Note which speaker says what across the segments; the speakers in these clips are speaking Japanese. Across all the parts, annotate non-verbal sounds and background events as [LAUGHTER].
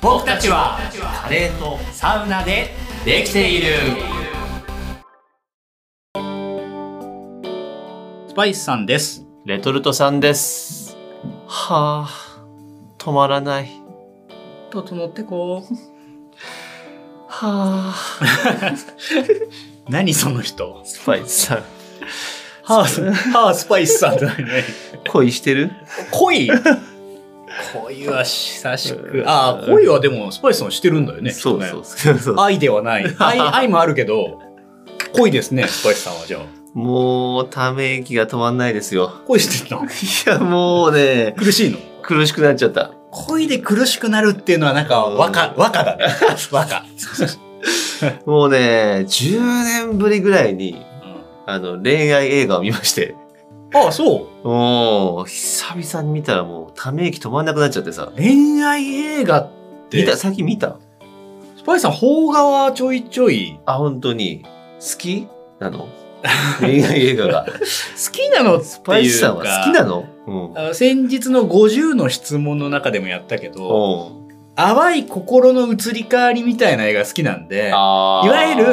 Speaker 1: 僕たちは
Speaker 2: カレーと
Speaker 1: サウナでできているスパイスさんです
Speaker 2: レトルトさんですはあ止まらない
Speaker 1: 整ってこう
Speaker 2: [LAUGHS] はあ
Speaker 1: 何その人
Speaker 2: スパイス [LAUGHS] さん
Speaker 1: ハーハースパイスさんじゃないね
Speaker 2: 恋してる
Speaker 1: [LAUGHS] 恋恋は久しくああ恋はでもスパイスさんしてるんだよね
Speaker 2: そう
Speaker 1: きっと
Speaker 2: そ
Speaker 1: ね
Speaker 2: う [LAUGHS] そうそう
Speaker 1: 愛ではない [LAUGHS] 愛愛もあるけど恋ですねスパイスさんはじゃあ
Speaker 2: もうため息が止まんないですよ
Speaker 1: 恋してんの
Speaker 2: いやもうね
Speaker 1: 苦しいの
Speaker 2: 苦しくなっちゃった
Speaker 1: 恋で苦しくなるっていうのはなんか若、若 [LAUGHS] だね。若。
Speaker 2: もうね10年ぶりぐらいにあの恋愛映画を見まして
Speaker 1: ああ、そう。
Speaker 2: おー久々に見たらもうため息止まんなくなっちゃってさ
Speaker 1: 恋愛映画って、
Speaker 2: 見た最近見た
Speaker 1: スパイさん、邦画はちょいちょい。
Speaker 2: あ本当に好き
Speaker 1: [LAUGHS]
Speaker 2: なの恋愛映画が
Speaker 1: 好きなのっていうか、ス
Speaker 2: スパイスさんは好きなのうん
Speaker 1: の先日の50の質問の中でもやったけど、
Speaker 2: おう
Speaker 1: 淡い心の移り変わりみたいな映画好きなんで、好
Speaker 2: あー
Speaker 1: いわゆる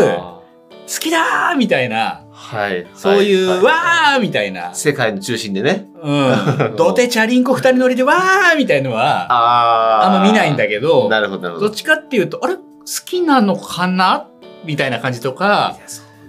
Speaker 1: きだーみたいな、
Speaker 2: はい
Speaker 1: そういう、
Speaker 2: は
Speaker 1: わーみたいな、
Speaker 2: 世界の中心でね
Speaker 1: [LAUGHS] うん、土手チャリンコ二人乗りでわーみたいのは、
Speaker 2: あ
Speaker 1: あんま見ないんだ
Speaker 2: け
Speaker 1: けど、
Speaker 2: なるほどなるほ
Speaker 1: どっ
Speaker 2: ど
Speaker 1: ちかっていうと、あれ好きなのかなみたいな感じとか、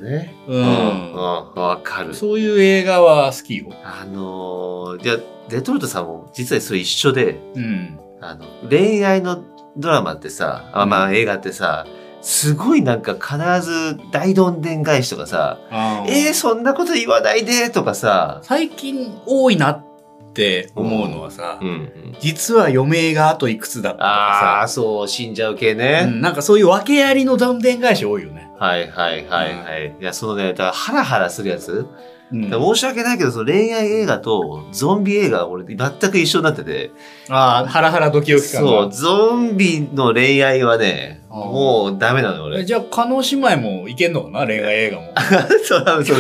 Speaker 2: ね
Speaker 1: う
Speaker 2: うん
Speaker 1: ん。
Speaker 2: わかる
Speaker 1: そういう映画は好きよ。
Speaker 2: あのーいやレトルトさんも実はそれ一緒で
Speaker 1: うん。
Speaker 2: あの恋愛のドラマってさあまあ映画ってさすごいなんか必ず大どんでん返しとかさ「えー、そんなこと言わないで」とかさ、
Speaker 1: 最近多いなって思うのはさ、
Speaker 2: うんうん、
Speaker 1: 実は余命があといくつだったと
Speaker 2: ああ
Speaker 1: か
Speaker 2: そう死んじゃう系
Speaker 1: さ、う
Speaker 2: ね、
Speaker 1: ん、なんかそういう訳ありの断片返し多いよね。
Speaker 2: はいはいはいはい、いやそのねだからハラハラするやつ、
Speaker 1: うん、
Speaker 2: だから申し訳ないけどその恋愛映画とゾンビ映画俺全く一緒になってて
Speaker 1: ああ、ハラハラドキドキ感
Speaker 2: そう
Speaker 1: が。
Speaker 2: ゾンビの恋愛はね
Speaker 1: あー
Speaker 2: もうダメなのよ
Speaker 1: え
Speaker 2: 俺
Speaker 1: じゃあ、加納姉妹もいけんのかな恋愛映画も。
Speaker 2: [LAUGHS] そう多分そう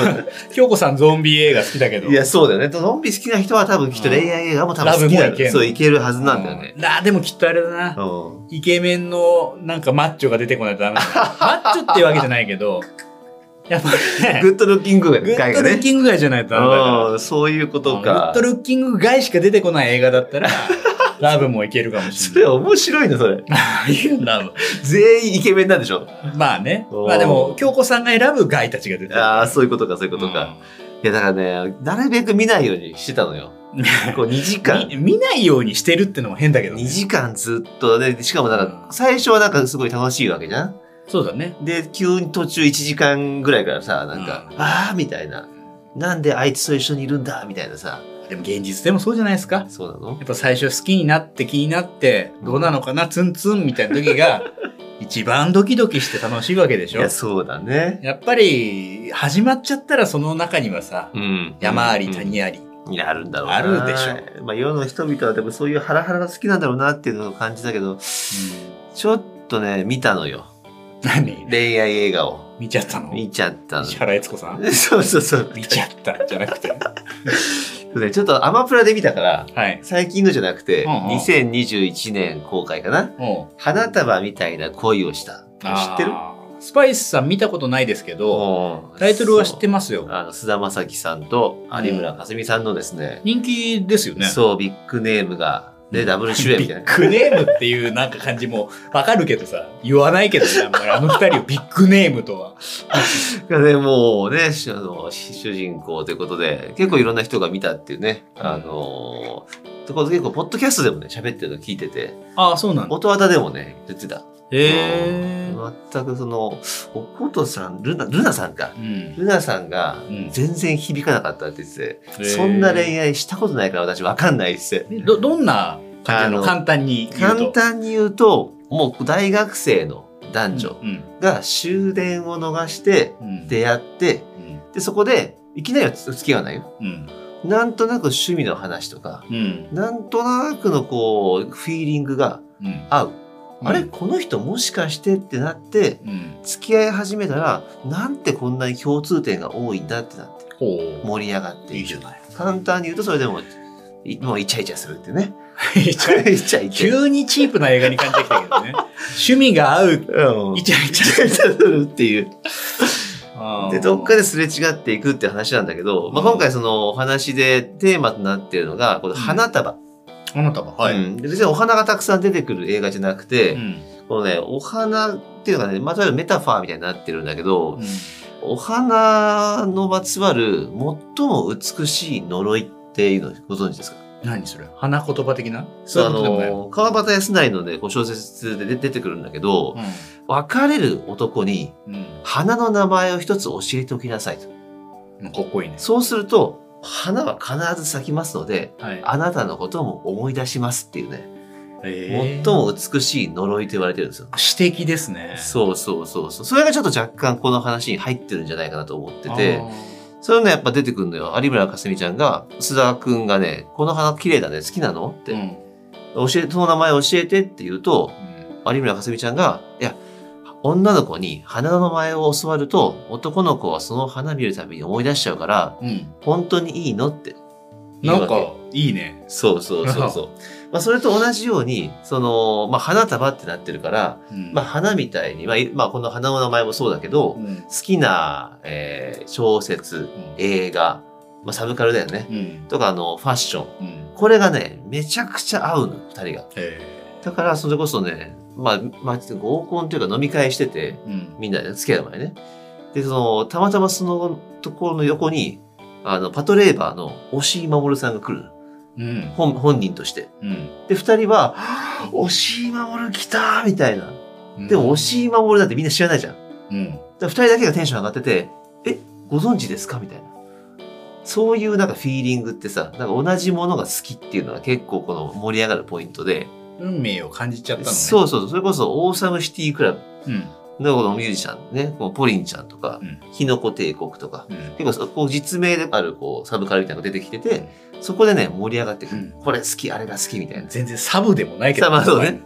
Speaker 1: 京子さんゾンビ映画好きだけど。
Speaker 2: いやそうだよねゾンビ好きな人は多分きっと恋愛映画も多分好き
Speaker 1: ラブもいけ
Speaker 2: だ
Speaker 1: んの
Speaker 2: そういけるはずなんだよね
Speaker 1: う、んあーでもきっとあれだな。
Speaker 2: うん
Speaker 1: イケメンのなんかマッチョが出てこないと
Speaker 2: [LAUGHS]
Speaker 1: ダメだなマッチョっていうわけじゃないけど、やっぱりね、
Speaker 2: グッドルッキング
Speaker 1: グ
Speaker 2: が
Speaker 1: ッ
Speaker 2: い
Speaker 1: ド
Speaker 2: が
Speaker 1: ルッ
Speaker 2: ね
Speaker 1: キング外じゃないとダメだから。
Speaker 2: うんそういうこと
Speaker 1: グッ
Speaker 2: か
Speaker 1: ドルッキング外しか出てこない映画だった
Speaker 2: [LAUGHS]
Speaker 1: ら、ラブもいけるかもし
Speaker 2: そ
Speaker 1: れ
Speaker 2: れ
Speaker 1: ない。
Speaker 2: 面白いねそれ
Speaker 1: いやラブ
Speaker 2: 全員イケメンなんでしょ
Speaker 1: [LAUGHS] まあね。
Speaker 2: おー
Speaker 1: まあでも、京子さんが選ぶ外たちが出てる。
Speaker 2: ああそういうことかそういうことか、いやだからねなるべく見ないようにしてたのよ
Speaker 1: うん
Speaker 2: こう2時間
Speaker 1: み見ないようにしてるってのも変だけどね、
Speaker 2: 2時間ずっとねしかもなん
Speaker 1: う
Speaker 2: か
Speaker 1: ん
Speaker 2: 最初はなんかすごい楽しいわけじゃん
Speaker 1: そうだね。
Speaker 2: で急に途中1時間ぐらいからさなんか、
Speaker 1: うん
Speaker 2: ああみたいななんであいつと一緒にいるんだみたいなさ
Speaker 1: でも現実でもそうじゃないですか。
Speaker 2: そうなの
Speaker 1: やっぱ最初好きになって気になってどうなのかな、ツンツンみたいな時
Speaker 2: [LAUGHS]
Speaker 1: が一番ドキドキして楽しいわけで
Speaker 2: い
Speaker 1: しょ
Speaker 2: やそうだね
Speaker 1: やっぱり始まっちゃったらその中にはさ
Speaker 2: うん
Speaker 1: 山あり
Speaker 2: うん
Speaker 1: 谷あり、
Speaker 2: いやあるんだろうな
Speaker 1: あるでし
Speaker 2: ょまあ世の人々はでもそういうハラハラが好きなんだろうなっていうのを感じたけどちょっとね見たのよ
Speaker 1: 何
Speaker 2: 恋愛映画を
Speaker 1: 見ちゃったの
Speaker 2: 見ちゃったの
Speaker 1: 石原悦子さん
Speaker 2: [LAUGHS] そうそうそう
Speaker 1: 見ちゃったじゃなくて
Speaker 2: [LAUGHS] ねちょっとアマプラで見たから
Speaker 1: はい
Speaker 2: 最近のじゃなくて、
Speaker 1: うんうん
Speaker 2: 2021年公開かな
Speaker 1: もう
Speaker 2: 花束みたいな恋をした知ってる
Speaker 1: あースパイスさん見たことないですけど
Speaker 2: うん
Speaker 1: タイトルは知って
Speaker 2: そう
Speaker 1: ますよ
Speaker 2: あの菅田将暉さんと有村架純さんのですね、
Speaker 1: 人気ですよね
Speaker 2: そうビッグネームがでダブル主演み
Speaker 1: ビ
Speaker 2: たいな
Speaker 1: ッグネームっていうなんか感じもわかるけどさ言わないけどねあんまりあの二人をビッグネームとは
Speaker 2: がね、もうね、しあの主人公ということで、結構いろんな人が見たっていうね、
Speaker 1: ん
Speaker 2: あのー、ところで結構、ポッドキャストでもね、喋ってるの聞いてて、
Speaker 1: ああそうなんだ
Speaker 2: 音わたでもね、言ってた。
Speaker 1: へえ
Speaker 2: 全くその、おことさん、ルナ、ルナさんか。
Speaker 1: うん
Speaker 2: ルナさんが
Speaker 1: うん
Speaker 2: 全然響かなかったって言ってて、そんな恋愛したことないから私わかんないっすって。
Speaker 1: どどんな感じな
Speaker 2: あ
Speaker 1: の
Speaker 2: の
Speaker 1: 簡単に言う
Speaker 2: 簡
Speaker 1: と
Speaker 2: 単に言うと、もう大学生の男女
Speaker 1: うん
Speaker 2: が終電を逃して
Speaker 1: うん
Speaker 2: 出会って、
Speaker 1: うん
Speaker 2: で、そこで、いきなりは付き合わないよ。
Speaker 1: うん
Speaker 2: なんとなく趣味の話とか、
Speaker 1: うん
Speaker 2: なんとなくのこう、フィーリングが
Speaker 1: うん
Speaker 2: 合う。あれ、
Speaker 1: うん
Speaker 2: この人もしかしてってなって、
Speaker 1: うん
Speaker 2: 付き合い始めたら、なんてこんなに共通点が多いんだってなって、
Speaker 1: ほ [LAUGHS]
Speaker 2: 盛り上がっていく。
Speaker 1: ない
Speaker 2: 簡単に言うと、それでも、いもうイチャイチャするってね。
Speaker 1: イチャイチャ
Speaker 2: イチャイチャ。
Speaker 1: 急にチープな映画に感じてきたけど [LAUGHS] ね。趣味が合う、
Speaker 2: うん。
Speaker 1: イ
Speaker 2: イ
Speaker 1: チャイチ
Speaker 2: チャイチャするっていう。
Speaker 1: ャ。
Speaker 2: で、どっかですれ違っていくって話なんだけど、まあ、
Speaker 1: うん
Speaker 2: 今回そのお話でテーマとなっているのが、この花束。
Speaker 1: あなたが、はい。
Speaker 2: うんで別にお花がたくさん出てくる映画じゃなくて、
Speaker 1: うん
Speaker 2: このね、お花っていうのがね、まあ、とりあえずメタファーみたいになってるんだけど、
Speaker 1: うん
Speaker 2: お花のまつわる最も美しい呪いっていうのご存知ですか
Speaker 1: 何それ花言葉的な
Speaker 2: そう、あ
Speaker 1: ことでもないの
Speaker 2: の、川端康成のね、こう小説で出出てくるんだけど、別れる男に
Speaker 1: うん。うん
Speaker 2: 花の名前を一つ教えておきなさいと。
Speaker 1: まあかっこいいね。
Speaker 2: そうすると、花は必ず咲きますので、
Speaker 1: はい。
Speaker 2: あなたのことも思い出しますっていうね、
Speaker 1: えー
Speaker 2: 最も美しい呪いと言われてるんですよ。
Speaker 1: 詩的ですね。
Speaker 2: そうそうそうそう。それがちょっと若干この話に入ってるんじゃないかなと思ってて
Speaker 1: あ、ー
Speaker 2: そういうのやっぱ出てくるのよ。有村架純ちゃんが、須田くんがね、この花綺麗だね、好きなのって、
Speaker 1: うん
Speaker 2: 教え、その名前教えてって言うと、有村架純ちゃんが、いや、女の子に花の名前を教わると、男の子はその花見るたびに思い出しちゃうから、
Speaker 1: うん。
Speaker 2: 本当にいいのって。
Speaker 1: なん
Speaker 2: 言うわけ
Speaker 1: か、いいね。
Speaker 2: そうそうそうそう。 [LAUGHS] まあ、それと同じように、その、まあ、花束ってなってるから、
Speaker 1: うん
Speaker 2: まあ、花みたいに、まあ、いまあ、この花の名前もそうだけど、
Speaker 1: う
Speaker 2: 好
Speaker 1: ん
Speaker 2: きな、えー小説、映画、まあ、サブカルだよね。
Speaker 1: うん。
Speaker 2: とか、あの、ファッシ
Speaker 1: う
Speaker 2: ョン。
Speaker 1: ん。
Speaker 2: これがね、めちゃくちゃ合うの、二人が。
Speaker 1: え
Speaker 2: だから、それこそね、まあ、まあ、合コンというか飲み会してて、
Speaker 1: ーうん。
Speaker 2: みんなで付き合う前ね。で、その、たまたまそのところの横に、あの、パトレーバーの押井守さんが来るの。
Speaker 1: うん。
Speaker 2: 本、本人として。
Speaker 1: うん
Speaker 2: で、二人は、はぁ押井守来たーみたいな。
Speaker 1: うん。
Speaker 2: でも、押井守だってみんな知らないじゃん。だか
Speaker 1: うん。
Speaker 2: ら二人だけがテンション上がってて、え、ご存知ですかみたいな。そういうなんかフィーリングってさ、なんか同じものが好きっていうのは結構この盛り上がるポイントで、
Speaker 1: 運命を感じちゃったのね。
Speaker 2: そうそうそう、それこそオーサムシティクラブ
Speaker 1: うん。
Speaker 2: のこのミュージシャンね、このポリンちゃんとか、
Speaker 1: うん
Speaker 2: キノコ帝国とか、
Speaker 1: うん。
Speaker 2: 結構そこう実名であるこうサブカルみたいなのが出てきてて、そこでね、盛り上がってくる。
Speaker 1: うん
Speaker 2: これ好き、あれが好きみたいな。
Speaker 1: 全然サブでもないけど。
Speaker 2: サブそうね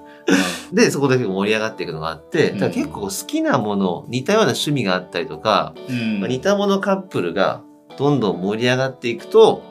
Speaker 1: うん。
Speaker 2: で、そこで結構盛り上がっていくのがあって、
Speaker 1: うん
Speaker 2: だから結構好きなもの、似たような趣味があったりとか、
Speaker 1: うん
Speaker 2: まあ似たものカップルがどんどん盛り上がっていくと、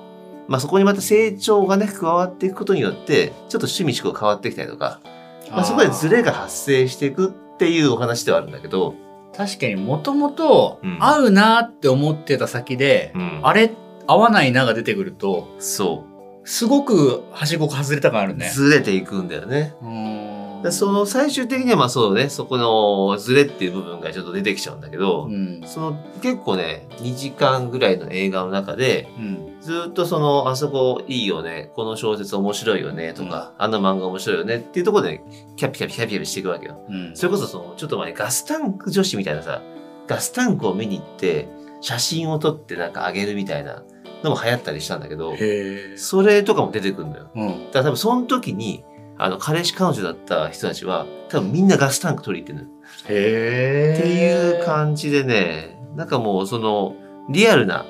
Speaker 2: まあ、そこにまた成長がね、加わっていくことによって、ちょっと趣味思考変わってきたりとか、まあ、そこでズレが発生していくっていうお話ではあるんだけど、
Speaker 1: 確かにもともと
Speaker 2: うん
Speaker 1: 合うなって思ってた先で、あ
Speaker 2: れ
Speaker 1: れ合わないなが出てくると
Speaker 2: そ
Speaker 1: すごくはしご外れた感ある
Speaker 2: う、
Speaker 1: ね。
Speaker 2: ずれていくんだよね。
Speaker 1: うーん
Speaker 2: でその最終的にはまあそうね、そこのズレっていう部分がちょっと出てきちゃうんだけど
Speaker 1: う、ん
Speaker 2: その結構ね、2時間ぐらいの映画の中で、
Speaker 1: うん
Speaker 2: ずーっとその、あそこいいよね、この小説面白いよね、とか、あの漫画面白いよねっていうところで、キャピキャピキャピキャピしていくわけよ。
Speaker 1: うん
Speaker 2: それこそその、ちょっと前、ガスタンク女子みたいなさ、ガスタンクを見に行って、写真を撮ってなんかあげるみたいなのも流行ったりしたんだけど、
Speaker 1: へー
Speaker 2: それとかも出てくるのよ。
Speaker 1: うん
Speaker 2: だから多分その時に、あの、彼氏彼女だった人たちは、多分みんなガスタンク取りに行ってるのよ。
Speaker 1: へ
Speaker 2: っていう感じでね、なんかもうその、リアルな、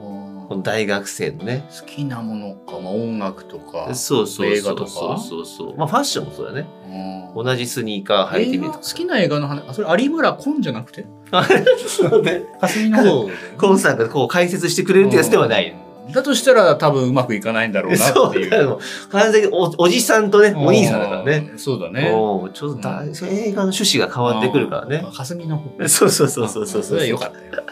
Speaker 2: こ
Speaker 1: 好
Speaker 2: の大学生のね、
Speaker 1: きなものか、まあ、音楽とか
Speaker 2: そうそうそう
Speaker 1: 映画とか
Speaker 2: そうそうそうまあファッションもそうだね
Speaker 1: うん
Speaker 2: 同じスニーカー履いて
Speaker 1: 映
Speaker 2: みる
Speaker 1: 画 [LAUGHS]
Speaker 2: と
Speaker 1: 好
Speaker 2: か
Speaker 1: きな映画の話あそれ有村昆じゃなくて
Speaker 2: [LAUGHS] あれそうね
Speaker 1: 霞の方だよね
Speaker 2: コンさんがこう解説してくれるってやつではない、
Speaker 1: うんだとしたら多分うまくいかないんだろうなっ
Speaker 2: [LAUGHS] そ
Speaker 1: て
Speaker 2: う
Speaker 1: いう
Speaker 2: だよ完全におおじさんとねお兄さんだからね
Speaker 1: うんそうだね
Speaker 2: おうちょっとだ、
Speaker 1: うん
Speaker 2: 映画の趣旨が変わってくるからね
Speaker 1: 霞の方
Speaker 2: そうそうそうそうそう
Speaker 1: れは良かったよ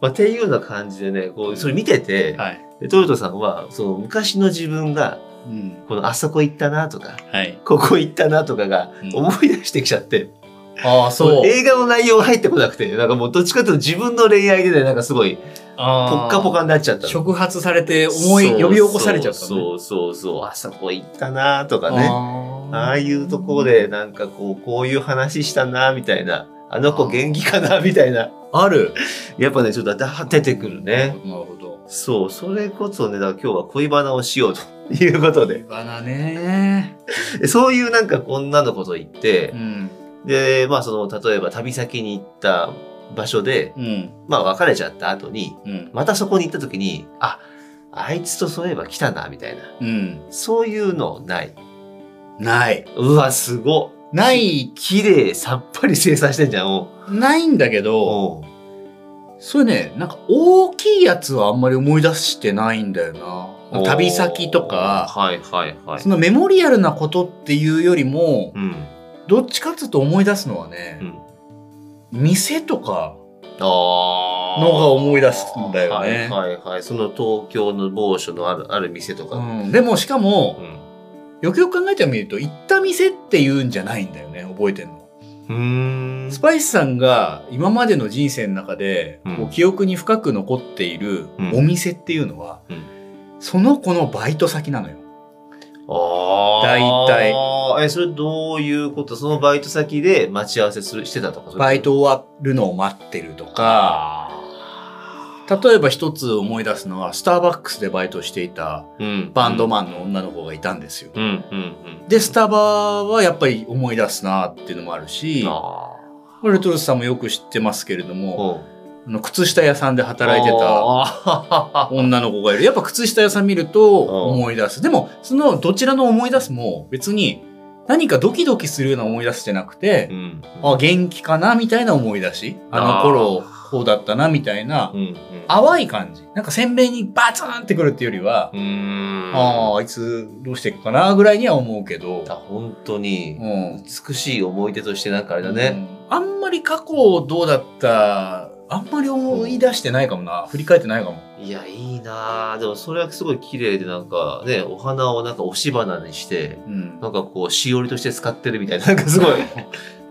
Speaker 2: まあ、っていうような感じでねこうそれ見てて、
Speaker 1: はい
Speaker 2: でトヨトさんはその昔の自分が
Speaker 1: うん
Speaker 2: このあそこ行ったなとか
Speaker 1: はい
Speaker 2: ここ行ったなとかが
Speaker 1: うん
Speaker 2: 思い出してきちゃって、
Speaker 1: ああそう
Speaker 2: 映画の内容が入ってこなくて、なんかもうどっちかというと自分の恋愛でね、なんかすごい、ポ
Speaker 1: あ
Speaker 2: ッカポカになっちゃったの。
Speaker 1: 触発されて思い
Speaker 2: そう
Speaker 1: 呼び起こされちゃったね
Speaker 2: そうそうそう、あそこ行ったなとかね。
Speaker 1: あ
Speaker 2: ああいうところで、なんかこう、こういう話したなみたいな。あの子元気かなみたいな。
Speaker 1: ある
Speaker 2: やっぱね、ちょっとだ出てくる
Speaker 1: な
Speaker 2: ね
Speaker 1: る。ほど
Speaker 2: そう、それこそね、だから今日は恋バナをしようということで。
Speaker 1: バナね
Speaker 2: そういうなんか女の子と言って
Speaker 1: う、ん
Speaker 2: で、まあその、例えば旅先に行った場所で、
Speaker 1: うん
Speaker 2: まあ別れちゃった後に、
Speaker 1: うん
Speaker 2: またそこに行った時に、あ、あいつとそういえば来たな、みたいな。
Speaker 1: うん
Speaker 2: そういうのない。
Speaker 1: ないう
Speaker 2: わ、すごっ。
Speaker 1: な
Speaker 2: き。
Speaker 1: い
Speaker 2: 綺麗、さっぱり生産してんじゃん。おう
Speaker 1: ないんだけど
Speaker 2: おう
Speaker 1: それねなんか大きいやつはあんまり思い出してないんだよな
Speaker 2: おー
Speaker 1: 旅先とか
Speaker 2: はいはいはい
Speaker 1: そ。のメモリアルなことっていうよりも
Speaker 2: うん。
Speaker 1: どっちかっつうと思い出すのはね、
Speaker 2: うん。
Speaker 1: 店とか
Speaker 2: ああ。
Speaker 1: のが思い出すんだよね
Speaker 2: はいはいはい。その東京の某所のあるある店とか。
Speaker 1: うん、でもしかも、
Speaker 2: う
Speaker 1: よくよく考えてみると行った店っていうんじゃないんだよね覚えてんの。
Speaker 2: ん。うーん
Speaker 1: スパイスさんが今までの人生の中で、
Speaker 2: うん
Speaker 1: こう記憶に深く残っている
Speaker 2: うん
Speaker 1: お店っていうのは、
Speaker 2: うん
Speaker 1: その子のバイト先なのよ。
Speaker 2: ああ。
Speaker 1: 大体
Speaker 2: 体。え、それどういうことそのバイト先で待ち合わせするしてたとか。それ
Speaker 1: バイ。ト終わるのを待ってるとか、
Speaker 2: あ
Speaker 1: 例えば一つ思い出すのは、スターバックスでバイトしていた
Speaker 2: ーうん。
Speaker 1: バンドマンの女の子がいたんですよ。
Speaker 2: うん。うんうんうん。
Speaker 1: で、スタバはやっぱり思い出すなっていうのもあるし、
Speaker 2: あ
Speaker 1: これレトルスさんもよく知ってますけれど
Speaker 2: ー
Speaker 1: も、
Speaker 2: おう
Speaker 1: あの靴下屋さんで働いてた
Speaker 2: あ
Speaker 1: 女の子がいる。やっぱ靴下屋さん見ると思い出す。でも、そのどちらの思い出すも別に何かドキドキするような思い出すじゃなくて
Speaker 2: ーう、ん。
Speaker 1: あ、元気かなみたいな思い出し。あの頃こうだったなみたいな
Speaker 2: うん。うん。
Speaker 1: 淡い感じ。なんか鮮明にバツンってくるっていうよりは
Speaker 2: う、ーん。
Speaker 1: ああ、あいつどうしていくかなぐらいには思うけど。
Speaker 2: あ。本当に
Speaker 1: う、ん。
Speaker 2: 美しい思い出としてなんかあれだね。
Speaker 1: うん。あんまり過去どうだった、あんまり思い出してないかもな。振り返ってないかも。
Speaker 2: いや、いいなあでもそれはすごい綺麗で、なんかね、お花をなんか押し花にして、
Speaker 1: うん
Speaker 2: な。んかこう、しおりとして使ってるみたいな、なんかす
Speaker 1: [LAUGHS]
Speaker 2: ごい。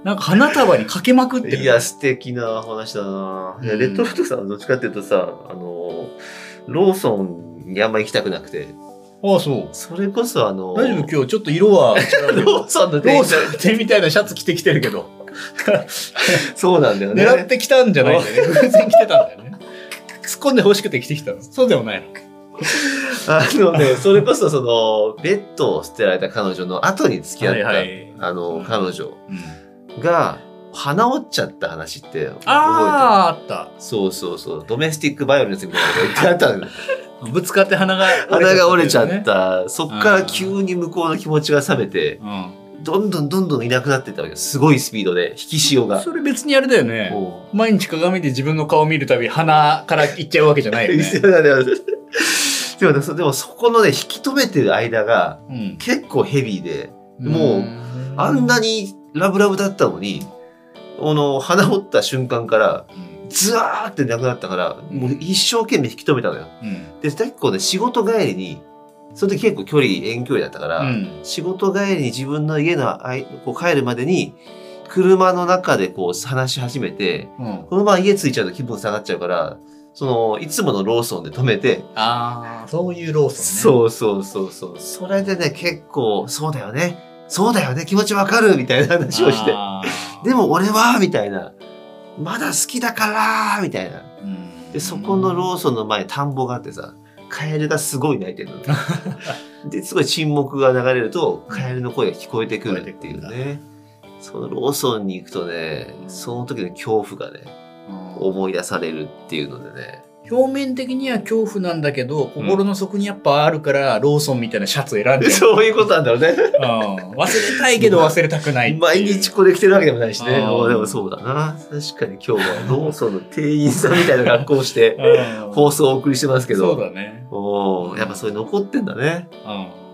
Speaker 1: なんか花束にかけまくってる。
Speaker 2: いや、素敵な話だな、いや
Speaker 1: うん
Speaker 2: レトルトさんはどっちかっていうとさ、あの、ローソンにあんま行きたくなくて、
Speaker 1: ああ、そう。
Speaker 2: それこそあの、
Speaker 1: 大丈夫今日ちょっと色は違うよ
Speaker 2: [LAUGHS] ローソンの
Speaker 1: ロー
Speaker 2: 店
Speaker 1: ソンってみたいなシャツ着てきてるけど。
Speaker 2: そうなんだよね。
Speaker 1: 狙ってきたんじゃないんだよね。偶然着てたんだよね。突っ込んで欲しくて着てきたの。そうでもないの。
Speaker 2: あのね、それこそその、ベッドを捨てられた彼女の後に付き合った、
Speaker 1: はいはい
Speaker 2: あの、彼女
Speaker 1: うん
Speaker 2: が、鼻折っちゃった話って覚えてる
Speaker 1: ああ、あった。
Speaker 2: そうそうそう。ドメスティックバイオレンスみたいなことがいっぱいあった [LAUGHS] の
Speaker 1: ぶつかって鼻が
Speaker 2: 鼻が折れちゃ
Speaker 1: ね
Speaker 2: っ。た。そっから急に向こうの気持ちが冷めて、
Speaker 1: う
Speaker 2: どんどんどんどんいなくなってったわけよすごいスピードで、引き潮
Speaker 1: ん。
Speaker 2: が。
Speaker 1: それ別にあれだよね。
Speaker 2: も
Speaker 1: 毎日鏡で自分の顔見るたび鼻からいっちゃうわけじゃないう
Speaker 2: [LAUGHS]
Speaker 1: よね。
Speaker 2: 必要だね。でもねそでもそこのね、引き止めてる間が
Speaker 1: うん
Speaker 2: 結構ヘビーで、もうあんなにラブラブだったのに、この、鼻折った瞬間から、
Speaker 1: うん
Speaker 2: ズワーってなくなったから、もう一生懸命引き止めたのよ。
Speaker 1: うん。
Speaker 2: で、結構ね、仕事帰りに、その時結構距離、遠距離だったから、
Speaker 1: うん。
Speaker 2: 仕事帰りに自分の家のあいこう帰るまでに、車の中でこう話し始めて、
Speaker 1: うん。
Speaker 2: このまま家着いちゃうと気分下がっちゃうから、その、いつものローソンで止めて、
Speaker 1: ああ、そういうローソンね。
Speaker 2: そうそうそうそう。それでね、結構、そうだよね。そうだよね。気持ちわかるみたいな話をして。
Speaker 1: あー
Speaker 2: でも俺はみたいな。まだ好きだからみたいな。
Speaker 1: うん
Speaker 2: で、そこのローソンの前に田んぼがあってさ、カエルがすごい鳴いて
Speaker 1: [LAUGHS]
Speaker 2: るのね。で、すごい沈黙が流れると、カエルの声が聞こえてくるっていうね。そのローソンに行くとね、その時の恐怖がね、
Speaker 1: うん
Speaker 2: 思い出されるっていうので
Speaker 1: [LAUGHS]
Speaker 2: ね。
Speaker 1: 表面的には恐怖なんだけど心の底にやっぱあるからローソンみたいなシャツ選んで、
Speaker 2: そういうことなんだろうね。
Speaker 1: うん、忘れたいけど忘れたくないっていう
Speaker 2: 毎日これ着てるわけでもないしね。
Speaker 1: あー
Speaker 2: おでもそうだな。確かに今日はローソンの店員さんみたいな格好をして
Speaker 1: [LAUGHS] うん
Speaker 2: 放送をお送りしてますけど。
Speaker 1: そうだね、
Speaker 2: おーやっぱそれ残ってんだね。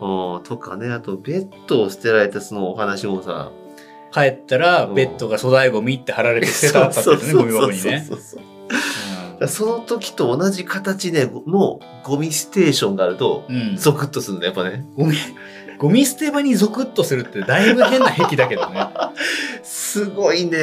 Speaker 1: うん、
Speaker 2: おーとかね、あとベッドを捨てられたそのお話もさ。
Speaker 1: 帰ったらベッドが粗大ゴミって貼られて捨てたったってねゴミ箱にね
Speaker 2: そうそうそうそうだからその時と同じ形でのゴミステーションがあると、
Speaker 1: うん、うん
Speaker 2: ゾクッとするんだ、やっぱね。
Speaker 1: ゴミゴミ捨て場にゾクッとするってだいぶ変な癖だけどね
Speaker 2: すごいね。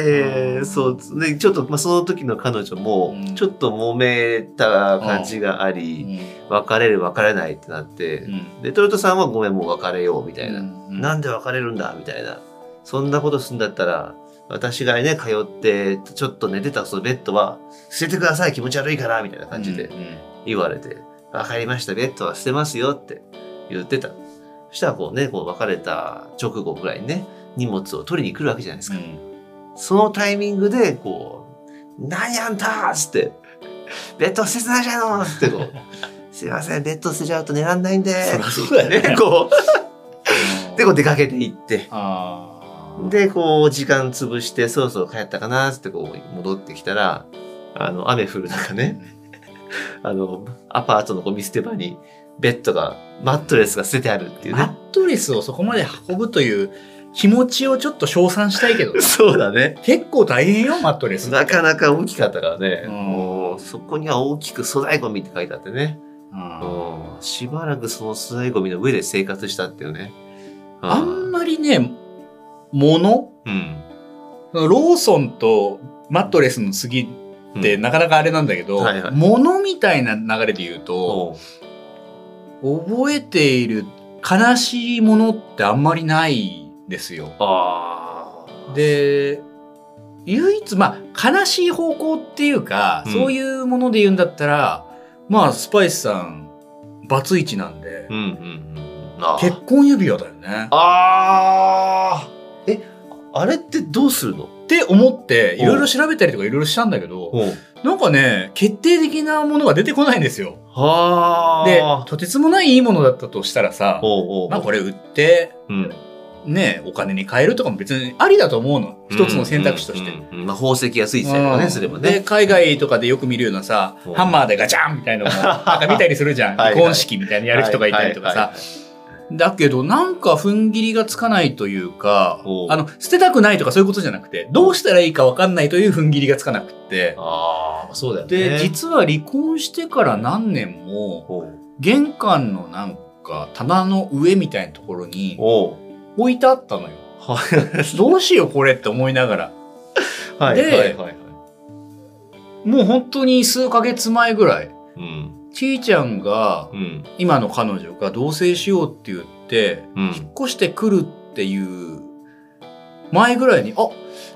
Speaker 1: うん
Speaker 2: そう。で、ちょっと、まあ、その時の彼女も
Speaker 1: う、ん
Speaker 2: ちょっと揉めた感じがあり、別れる別れないってなって、
Speaker 1: うんうん
Speaker 2: でトヨタさんはごめんもう別れようみたいな、
Speaker 1: うん
Speaker 2: なんで別れるんだみたいなそんなことするんだったら私がね通ってちょっと寝てたそのベッドは捨ててください気持ち悪いからみたいな感じで
Speaker 1: うんうん
Speaker 2: 言われて「分かりましたベッドは捨てますよ」って言ってたそしたらこうねこう別れた直後ぐらいにね荷物を取りに来るわけじゃないですか、そのタイミングでこう「何やんた!」っつって「ベッド捨ててないじゃん!」っつってこう
Speaker 1: [LAUGHS]
Speaker 2: 「すいませんベッド捨てちゃうと寝らんないんで」
Speaker 1: そりゃそうだよね
Speaker 2: こ
Speaker 1: う
Speaker 2: うんでこう出かけて行って
Speaker 1: あー
Speaker 2: でこう時間潰してそろそろ帰ったかなっつってこう戻ってきたらあの雨降る中ねあのアパートのゴミ捨て場にベッドが、マットレスが捨ててあるっていう
Speaker 1: マ
Speaker 2: ね。
Speaker 1: ットレスをそこまで運ぶという気持ちをちょっと称賛したい
Speaker 2: [LAUGHS]
Speaker 1: けど
Speaker 2: そうだね。
Speaker 1: 結構大変よマットレス
Speaker 2: なかなか大きかったからね。
Speaker 1: うん
Speaker 2: もう、そこには大きく粗大ゴミって書いてあってね。
Speaker 1: うん
Speaker 2: うんしばらくその粗大ゴミの上で生活したっていうね。う
Speaker 1: あんまりね物
Speaker 2: うん。
Speaker 1: ローソンとマットレスの次
Speaker 2: うん
Speaker 1: って、なかなかあれなんだけど、
Speaker 2: はいはい
Speaker 1: 物みたいな流れで言うと、
Speaker 2: おう
Speaker 1: 覚えている悲しいものってあんまりないんですよ。
Speaker 2: ああ。
Speaker 1: で唯一まあ悲しい方向っていうか、
Speaker 2: うん
Speaker 1: そういうもので言うんだったらまあスパイスさんバツイチなんで
Speaker 2: うんうんうん。あー
Speaker 1: 結婚指輪だよね
Speaker 2: あーえ、あれってどうするの
Speaker 1: って思って
Speaker 2: お
Speaker 1: いろいろ調べたりとかいろいろしたんだけど
Speaker 2: うん。
Speaker 1: なんかね決定的なものが出てこないんですよ。
Speaker 2: はあ。
Speaker 1: でとてつもないいいものだったとしたらさ
Speaker 2: おうおう
Speaker 1: まあこれ売って
Speaker 2: うん
Speaker 1: ねお金に換えるとかも別にありだと思うの一つの選択肢として。
Speaker 2: うんうんうんまあ、宝石がついてたりとか
Speaker 1: う
Speaker 2: ね、
Speaker 1: ん
Speaker 2: すれば
Speaker 1: で
Speaker 2: ね。
Speaker 1: 海外とかでよく見るようなさ
Speaker 2: うん
Speaker 1: ハンマーでガチャンみたい
Speaker 2: [LAUGHS]
Speaker 1: なのもなんか見たりするじゃん
Speaker 2: はいはい
Speaker 1: 離婚式みたいにやる人がいたりとか
Speaker 2: はいは
Speaker 1: さだけどなんか踏ん切りがつかないというか
Speaker 2: おう
Speaker 1: あの捨てたくないとかそういうことじゃなくてどうしたらいいか分かんないという踏ん切りがつかなくって
Speaker 2: ああ、そうだよね。
Speaker 1: で実は離婚してから何年も
Speaker 2: おう
Speaker 1: 玄関のなんか棚の上みたいなところに
Speaker 2: おう
Speaker 1: 置いてあったのよどうしようこれって思いながら
Speaker 2: はい
Speaker 1: で
Speaker 2: はいはいはい。
Speaker 1: もう本当に数ヶ月前ぐらい
Speaker 2: うん。
Speaker 1: ちーちゃんが
Speaker 2: うん。
Speaker 1: 今の彼女が同棲しようって言って、
Speaker 2: うん
Speaker 1: 引っ越してくるっていう前ぐらいに、あ、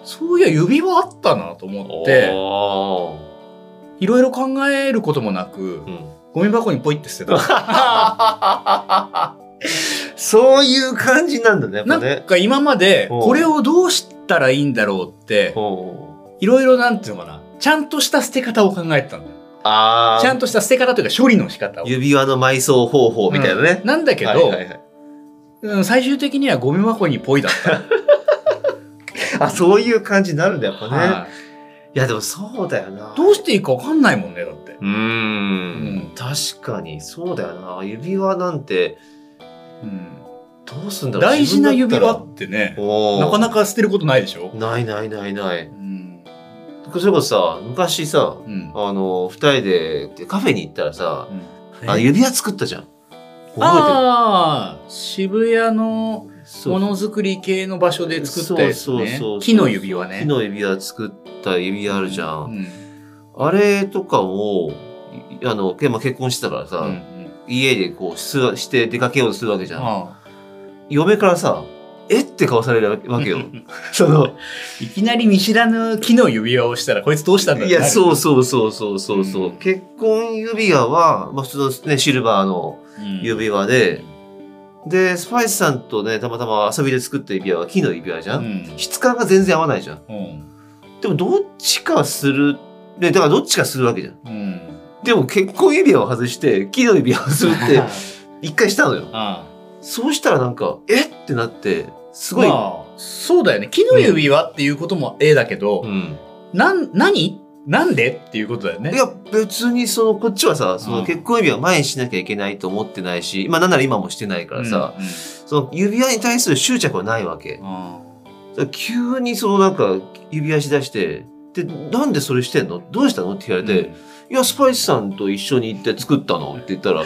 Speaker 1: そういや指輪あったなと思って、
Speaker 2: おー
Speaker 1: いろいろ考えることもなく
Speaker 2: う、ん
Speaker 1: ゴミ箱にポイって捨てた。
Speaker 2: そういう感じ [LAUGHS] なんだね、やっ
Speaker 1: な
Speaker 2: ぱね
Speaker 1: ん。か今まで
Speaker 2: おう
Speaker 1: これをどうしたらいいんだろうって、
Speaker 2: おう
Speaker 1: いろいろなんていうのかな、ちゃんとした捨て方を考えてたんだよ。
Speaker 2: ああ。
Speaker 1: ちゃんとした捨て方というか処理の仕方を。
Speaker 2: 指輪の埋葬方法みたいなね。
Speaker 1: なんだけど、
Speaker 2: はいはいはい
Speaker 1: うん最終的にはゴミ箱にポイだ
Speaker 2: [LAUGHS]
Speaker 1: った。
Speaker 2: あ、そういう感じになるんだ、やっぱね。
Speaker 1: はい
Speaker 2: いや、でもそうだよな。
Speaker 1: どうしていいかわかんないもんね、だって。
Speaker 2: うーん、確かにそうだよな指輪なんて
Speaker 1: うん
Speaker 2: どうすんだろう
Speaker 1: 大事な指輪
Speaker 2: 自
Speaker 1: ってね、
Speaker 2: 分だ
Speaker 1: な
Speaker 2: ったら
Speaker 1: かな
Speaker 2: か
Speaker 1: か捨てることないでしょ。
Speaker 2: ないないないない
Speaker 1: うん。
Speaker 2: それこそさ昔さ
Speaker 1: うん。
Speaker 2: あの二人でカフェに行ったらさあの
Speaker 1: え
Speaker 2: 指輪作ったじゃん覚
Speaker 1: ああ、渋谷の
Speaker 2: えてるそう
Speaker 1: ものづくり系の場所で作ったやつ
Speaker 2: そうそうそう
Speaker 1: ね
Speaker 2: そう。
Speaker 1: 木の指輪ね。
Speaker 2: 木の指輪作った指輪あるじゃん、
Speaker 1: うん。
Speaker 2: あれとかをいあのけまあ結婚してたからさ、
Speaker 1: うんうん
Speaker 2: 家でこうすわして出かけようとするわけじゃ
Speaker 1: あ
Speaker 2: ん、
Speaker 1: あ
Speaker 2: 嫁からさえって顔されるわ
Speaker 1: [LAUGHS]
Speaker 2: けよその
Speaker 1: いきなり見知らぬ木の指輪をしたら、こいつどうしたんだろ
Speaker 2: いや、
Speaker 1: う
Speaker 2: そうそうそうそうそうそう、
Speaker 1: うん
Speaker 2: 結婚指輪は、まあ、普通のね、シルバーの
Speaker 1: ん。
Speaker 2: 指輪で、で、スパイスさんとね、たまたま遊びで作った指輪は木の指輪じゃ、
Speaker 1: うんん。
Speaker 2: 質感が全然合わないじゃん。
Speaker 1: うん。
Speaker 2: でも、どっちかする、ね、だからどっちかするわけじゃん。
Speaker 1: うん。
Speaker 2: でも、結婚指輪を外して、木の指輪をするっ [LAUGHS] て、一回したのよ。
Speaker 1: ああ
Speaker 2: そうしたらなんか、えってなって、すごい、
Speaker 1: まあそうだよね。木の指輪っていうこともええだけど
Speaker 2: う、ん。
Speaker 1: なん、何なんでっていうことだよね。
Speaker 2: いや、別にその、こっちはさ、そうの
Speaker 1: ん
Speaker 2: 結婚指輪前にしなきゃいけないと思ってないし、まあなんなら今もしてないからさ、その指輪に対する執着はないわけ
Speaker 1: う。ん、うん
Speaker 2: だから急にそのなんか指輪しだして、で、なんでそれしてんのどうしたのって言われて、いや、スパイスさんと一緒に行って作ったのって言ったら、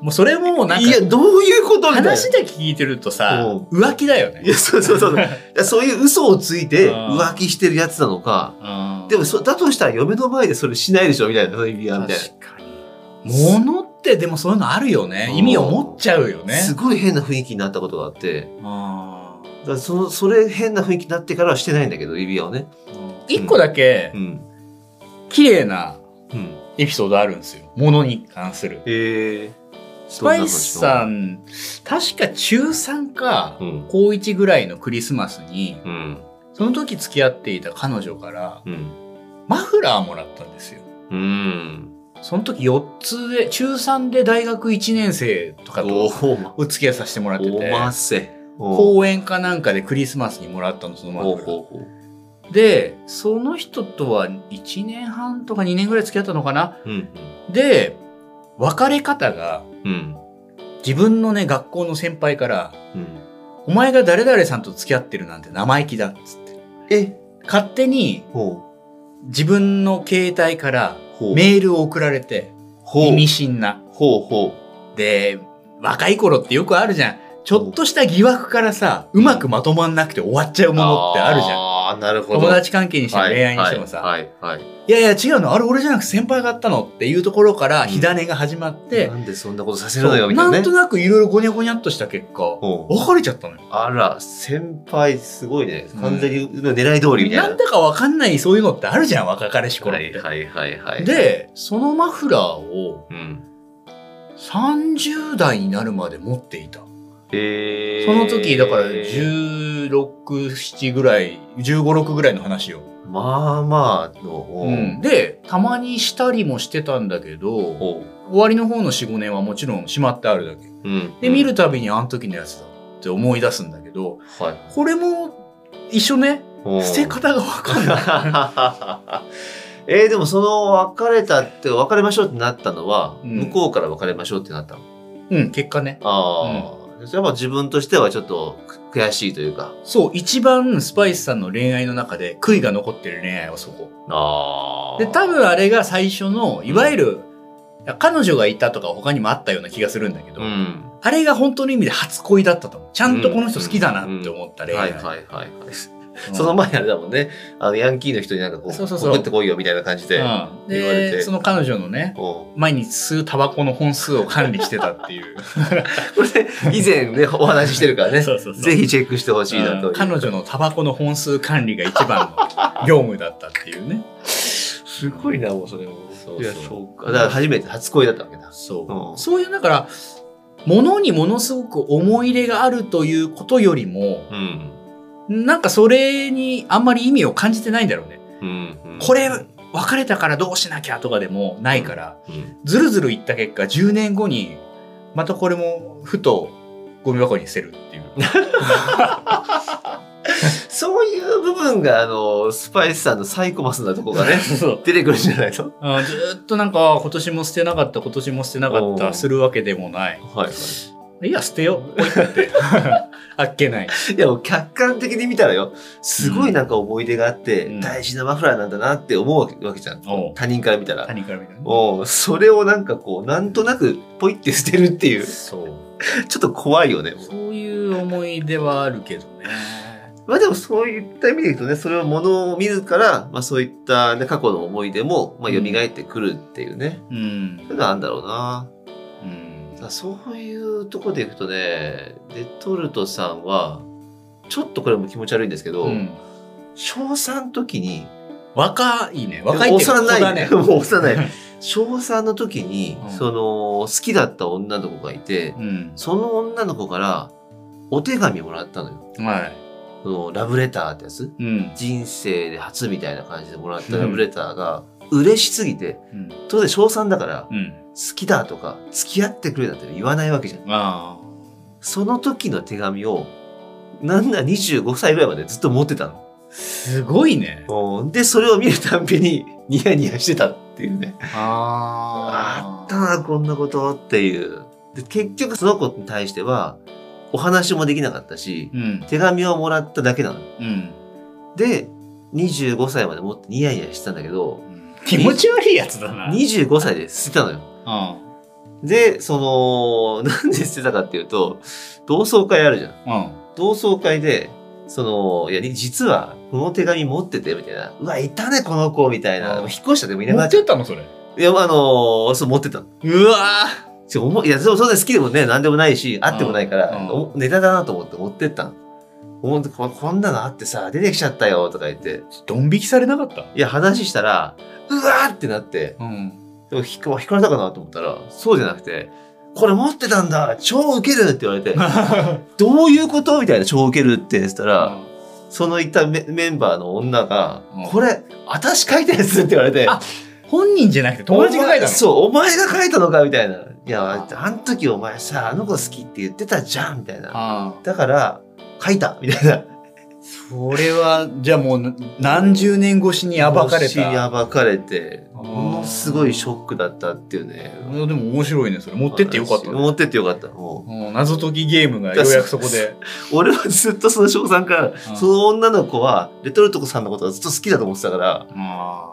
Speaker 1: もうそれももうなん
Speaker 2: いや、
Speaker 1: か
Speaker 2: どういうことみたいな。
Speaker 1: 話で聞いてるとさ
Speaker 2: う
Speaker 1: 浮気だよ
Speaker 2: いや、
Speaker 1: ね。
Speaker 2: そうそ
Speaker 1: [LAUGHS]
Speaker 2: うそう。だからそういう嘘をついて
Speaker 1: うん
Speaker 2: 浮気してるやつなのか、
Speaker 1: うん
Speaker 2: でもそ、だとしたら嫁の前でそれしないでしょみたいな、その指輪みたい
Speaker 1: 確かに。物ってでもそういうのあるよね。意味を持っちゃうよね。
Speaker 2: な。すごい変な雰囲気になったことがあって、
Speaker 1: あー
Speaker 2: だからその、それ変な雰囲気になってからはしてないんだけど、指輪をね。
Speaker 1: 一個だけ
Speaker 2: うん。
Speaker 1: 綺麗な
Speaker 2: うん。
Speaker 1: エピソードあるんですよ。物に関する。
Speaker 2: ええ
Speaker 1: スパイスさん確か中3か
Speaker 2: うん。
Speaker 1: 高1ぐらいのクリスマスに
Speaker 2: うん。
Speaker 1: その時付き合っていた彼女から
Speaker 2: うん。
Speaker 1: マフラーもらったんですよ。
Speaker 2: うん。
Speaker 1: その時4つで、中3で大学1年生とか
Speaker 2: お
Speaker 1: と
Speaker 2: お
Speaker 1: お付き合いさせてもらって
Speaker 2: お
Speaker 1: て、
Speaker 2: ませ。お
Speaker 1: 公園かなんかでクリスマスにもらったの、そのマ
Speaker 2: お
Speaker 1: フラー。で、その人とは1年半とか2年ぐらい付き合ったのかな
Speaker 2: うん。
Speaker 1: で、別れ方が
Speaker 2: うん。
Speaker 1: 自分のね、学校の先輩から、
Speaker 2: うん、
Speaker 1: お前が誰々さんと付き合ってるなんて生意気だっつって。
Speaker 2: え
Speaker 1: 勝手に
Speaker 2: ほ
Speaker 1: 自分の携帯から
Speaker 2: うほう
Speaker 1: メールを送られて、
Speaker 2: ほう
Speaker 1: 意味深な。
Speaker 2: ほうほ
Speaker 1: で、若い頃ってよくあるじゃん。ちょっとした疑惑からさ、うまくまとまんなくて終わっちゃう
Speaker 2: う
Speaker 1: ものってあるじゃん。
Speaker 2: ああなるほど
Speaker 1: 友達関係にしても恋愛にしてもさ、
Speaker 2: はいはい、はい
Speaker 1: いやいや違うの、あれ俺じゃなく先輩がやったのっていうところから火種が始まって、
Speaker 2: なんでそんなことさせ
Speaker 1: そ
Speaker 2: るのよ
Speaker 1: う
Speaker 2: みた
Speaker 1: ない
Speaker 2: なね
Speaker 1: んとなくいろいろごにゃごにゃっとした結果、
Speaker 2: ほう
Speaker 1: 別れちゃったのよ。
Speaker 2: あら先輩すごいね
Speaker 1: うん
Speaker 2: 完全に狙い通りみたいな、
Speaker 1: なんだかわかんないそういうのってあるじゃん、若彼氏頃っ
Speaker 2: は
Speaker 1: て
Speaker 2: い。はいはいはい
Speaker 1: で、そのマフラーを
Speaker 2: うん
Speaker 1: 30代になるまで持っていた。
Speaker 2: えー、
Speaker 1: その時、だから16、7ぐらい、15、6ぐらいの話よ。
Speaker 2: まあまあの、
Speaker 1: うんで、たまにしたりもしてたんだけど、
Speaker 2: ほ
Speaker 1: 終わりの方の4、5年はもちろんしまってあるだけ。
Speaker 2: う、うん、
Speaker 1: で、見るたびにあの時のやつだって思い出すんだけど、
Speaker 2: はい
Speaker 1: これも一緒ね、
Speaker 2: ほう
Speaker 1: 捨て方がわかんない。
Speaker 2: [LAUGHS] えー、でもその別れたって別れましょうってなったのは、
Speaker 1: うん
Speaker 2: 向こうから別れましょうってなったの
Speaker 1: うん、結果ね。
Speaker 2: ああ、それは自分としてはちょっとく悔しいというか
Speaker 1: そう、一番スパイスさんの恋愛の中で悔いが残ってる恋愛はそこ。
Speaker 2: あ
Speaker 1: で、多分あれが最初の、いわゆる、彼女がいたとか他にもあったような気がするんだけど、
Speaker 2: うん
Speaker 1: あれが本当の意味で初恋だったと思う。ちゃんとこの人好きだなって思った恋
Speaker 2: は
Speaker 1: 愛。
Speaker 2: いはいはいは
Speaker 1: う
Speaker 2: い、
Speaker 1: ん
Speaker 2: その前にあれだもんねあのヤンキーの人になんかこう
Speaker 1: そうそうそう
Speaker 2: 送ってこいよみたいな感じ
Speaker 1: う
Speaker 2: で、
Speaker 1: ん
Speaker 2: 言われて
Speaker 1: で、その彼女のね、
Speaker 2: おう
Speaker 1: 毎日吸うタバコの本数を管理してたって
Speaker 2: [LAUGHS]
Speaker 1: いう。
Speaker 2: これ [LAUGHS] 以前ねお話ししてるからね
Speaker 1: そうそうそう
Speaker 2: ぜひチェックしてほしいなという
Speaker 1: 彼女のタバコの本数管理が一番の業務だったっていうね。
Speaker 2: すごいなもうそれも
Speaker 1: そうそう
Speaker 2: やそうかだから初めて初恋だったわけだ
Speaker 1: そう。
Speaker 2: うん
Speaker 1: そういう、だから、ものにものすごく思い入れがあるということよりも、
Speaker 2: うん、
Speaker 1: なんかそれにあんまり意味を感じてないんだろうね。
Speaker 2: うんうん
Speaker 1: これ別れたからどうしなきゃとかでもないから、
Speaker 2: うん
Speaker 1: ずるずるいった結果、10年後に、またこれもふとゴミ箱に捨てるっていう。
Speaker 2: そういう部分があのスパイスさんのサイコマスなとこが [LAUGHS] ね
Speaker 1: そう
Speaker 2: 出てくるんじゃないの
Speaker 1: [LAUGHS] あずーっとなんか今年も捨てなかった、今年も捨てなかっ
Speaker 2: おー
Speaker 1: た、するわけでもない。
Speaker 2: はいはい
Speaker 1: いや、捨てよう。ポイ [LAUGHS] って。あっけない。
Speaker 2: いやもう客観的に見たらよすごいなんか思い出があって、
Speaker 1: うん
Speaker 2: 大事なマフラーなんだなって思うわけじゃん
Speaker 1: おう
Speaker 2: 他人から見たら
Speaker 1: 何からみたいな。
Speaker 2: おうそれをなんかこうなんとなくポイって捨てるっていう [LAUGHS] ち
Speaker 1: そう。
Speaker 2: ょっと怖いよね
Speaker 1: そういう思い出はあるけどね。
Speaker 2: まあでもそういった意味でいくとねそれはものを見るから、まあ、そういった、ね、過去の思い出も、まあ、蘇ってくるっていうね、
Speaker 1: うん
Speaker 2: そういう。のあるんだろうな
Speaker 1: うん
Speaker 2: だからそういうとこでいくとねレトルトさんはちょっとこれも気持ち悪いんですけど、
Speaker 1: うん
Speaker 2: 小3の時に
Speaker 1: 若いね。若いって
Speaker 2: 幼ない
Speaker 1: 子だね。 [LAUGHS]
Speaker 2: [LAUGHS] もう幼い。小3の時に、
Speaker 1: うん
Speaker 2: その好きだった女の子がいて
Speaker 1: う、ん。
Speaker 2: その女の子からお手紙もらったのよ。
Speaker 1: は
Speaker 2: そのラブレターってやつ
Speaker 1: い。うん。
Speaker 2: 人生で初みたいな感じでもらったラブレターが、嬉しすぎて、
Speaker 1: うん。
Speaker 2: 当然小3だから、
Speaker 1: うん。
Speaker 2: 好きだとか、付き合ってくれなんて言わないわけじゃん。
Speaker 1: あ
Speaker 2: その時の手紙を、なんなら25歳ぐらいまでずっと持ってたの。
Speaker 1: あ。すごいね。
Speaker 2: うんで、それを見るたんびに、ニヤニヤしてたっていうね。あ
Speaker 1: あ
Speaker 2: ったな、こんなことっていう。で、結局その子に対しては、お話もできなかったし、
Speaker 1: うん。
Speaker 2: 手紙をもらっただけなの。
Speaker 1: うん。
Speaker 2: で、25歳までもってニヤニヤしてたんだけど、
Speaker 1: 気持ち悪いやつだな。
Speaker 2: 25歳で捨てたのよ。
Speaker 1: うん。
Speaker 2: で、その、 [LAUGHS] なんで捨てたかっていうと、同窓会あるじゃん。
Speaker 1: うん。
Speaker 2: 同窓会で、その、いや、実は、この手紙持ってて、みたいな。うわ、いたね、この子、みたいな。
Speaker 1: うん
Speaker 2: 引っ越したでもいなく
Speaker 1: 持
Speaker 2: な
Speaker 1: っ
Speaker 2: っちゃ
Speaker 1: て
Speaker 2: う。
Speaker 1: ったのそれ。
Speaker 2: いや、あの、そう、持ってたの
Speaker 1: うわ
Speaker 2: ちょおもいや、そうそうね、好きでもね、なんでもないし、会ってもないから、
Speaker 1: うん
Speaker 2: おネタだなと思って持ってったの。ほんとここんなのあってさ、出てきちゃったよとか言って。
Speaker 1: ドン引きされなかった。
Speaker 2: いや、話したら、うわーってなって、
Speaker 1: うん。
Speaker 2: でも引っか引かれたかなと思ったら、そうじゃなくて、これ持ってたんだ超ウケるって言われて、どういうことみたいな、超ウケるって言ったら、そのいたメメンバーの女が、
Speaker 1: うん
Speaker 2: これ、私書いたやつって言われて、
Speaker 1: あ [LAUGHS] 本人じゃなくて友達が書い
Speaker 2: お
Speaker 1: た
Speaker 2: 前
Speaker 1: の。
Speaker 2: そう、お前が書いたのかみたいな。いや、あの時お前さ、あの子好きって言ってたじゃんみたいな。
Speaker 1: ああ
Speaker 2: だから、書いたみたいな。
Speaker 1: それはじゃあもう何十年越しに暴かれ
Speaker 2: 腰に
Speaker 1: た。
Speaker 2: 暴かれて。
Speaker 1: あー
Speaker 2: も
Speaker 1: あ
Speaker 2: すごいシ
Speaker 1: ョ
Speaker 2: ョックだったっていうね。
Speaker 1: でも面白いねそれ持ってってよかったね、
Speaker 2: 持ってってよかった。も
Speaker 1: うん謎解きゲームがようやくそこで
Speaker 2: う俺はずっとその翔さんから、その女の子はレトルトさんのことがずっと好きだと思ってたから、
Speaker 1: あ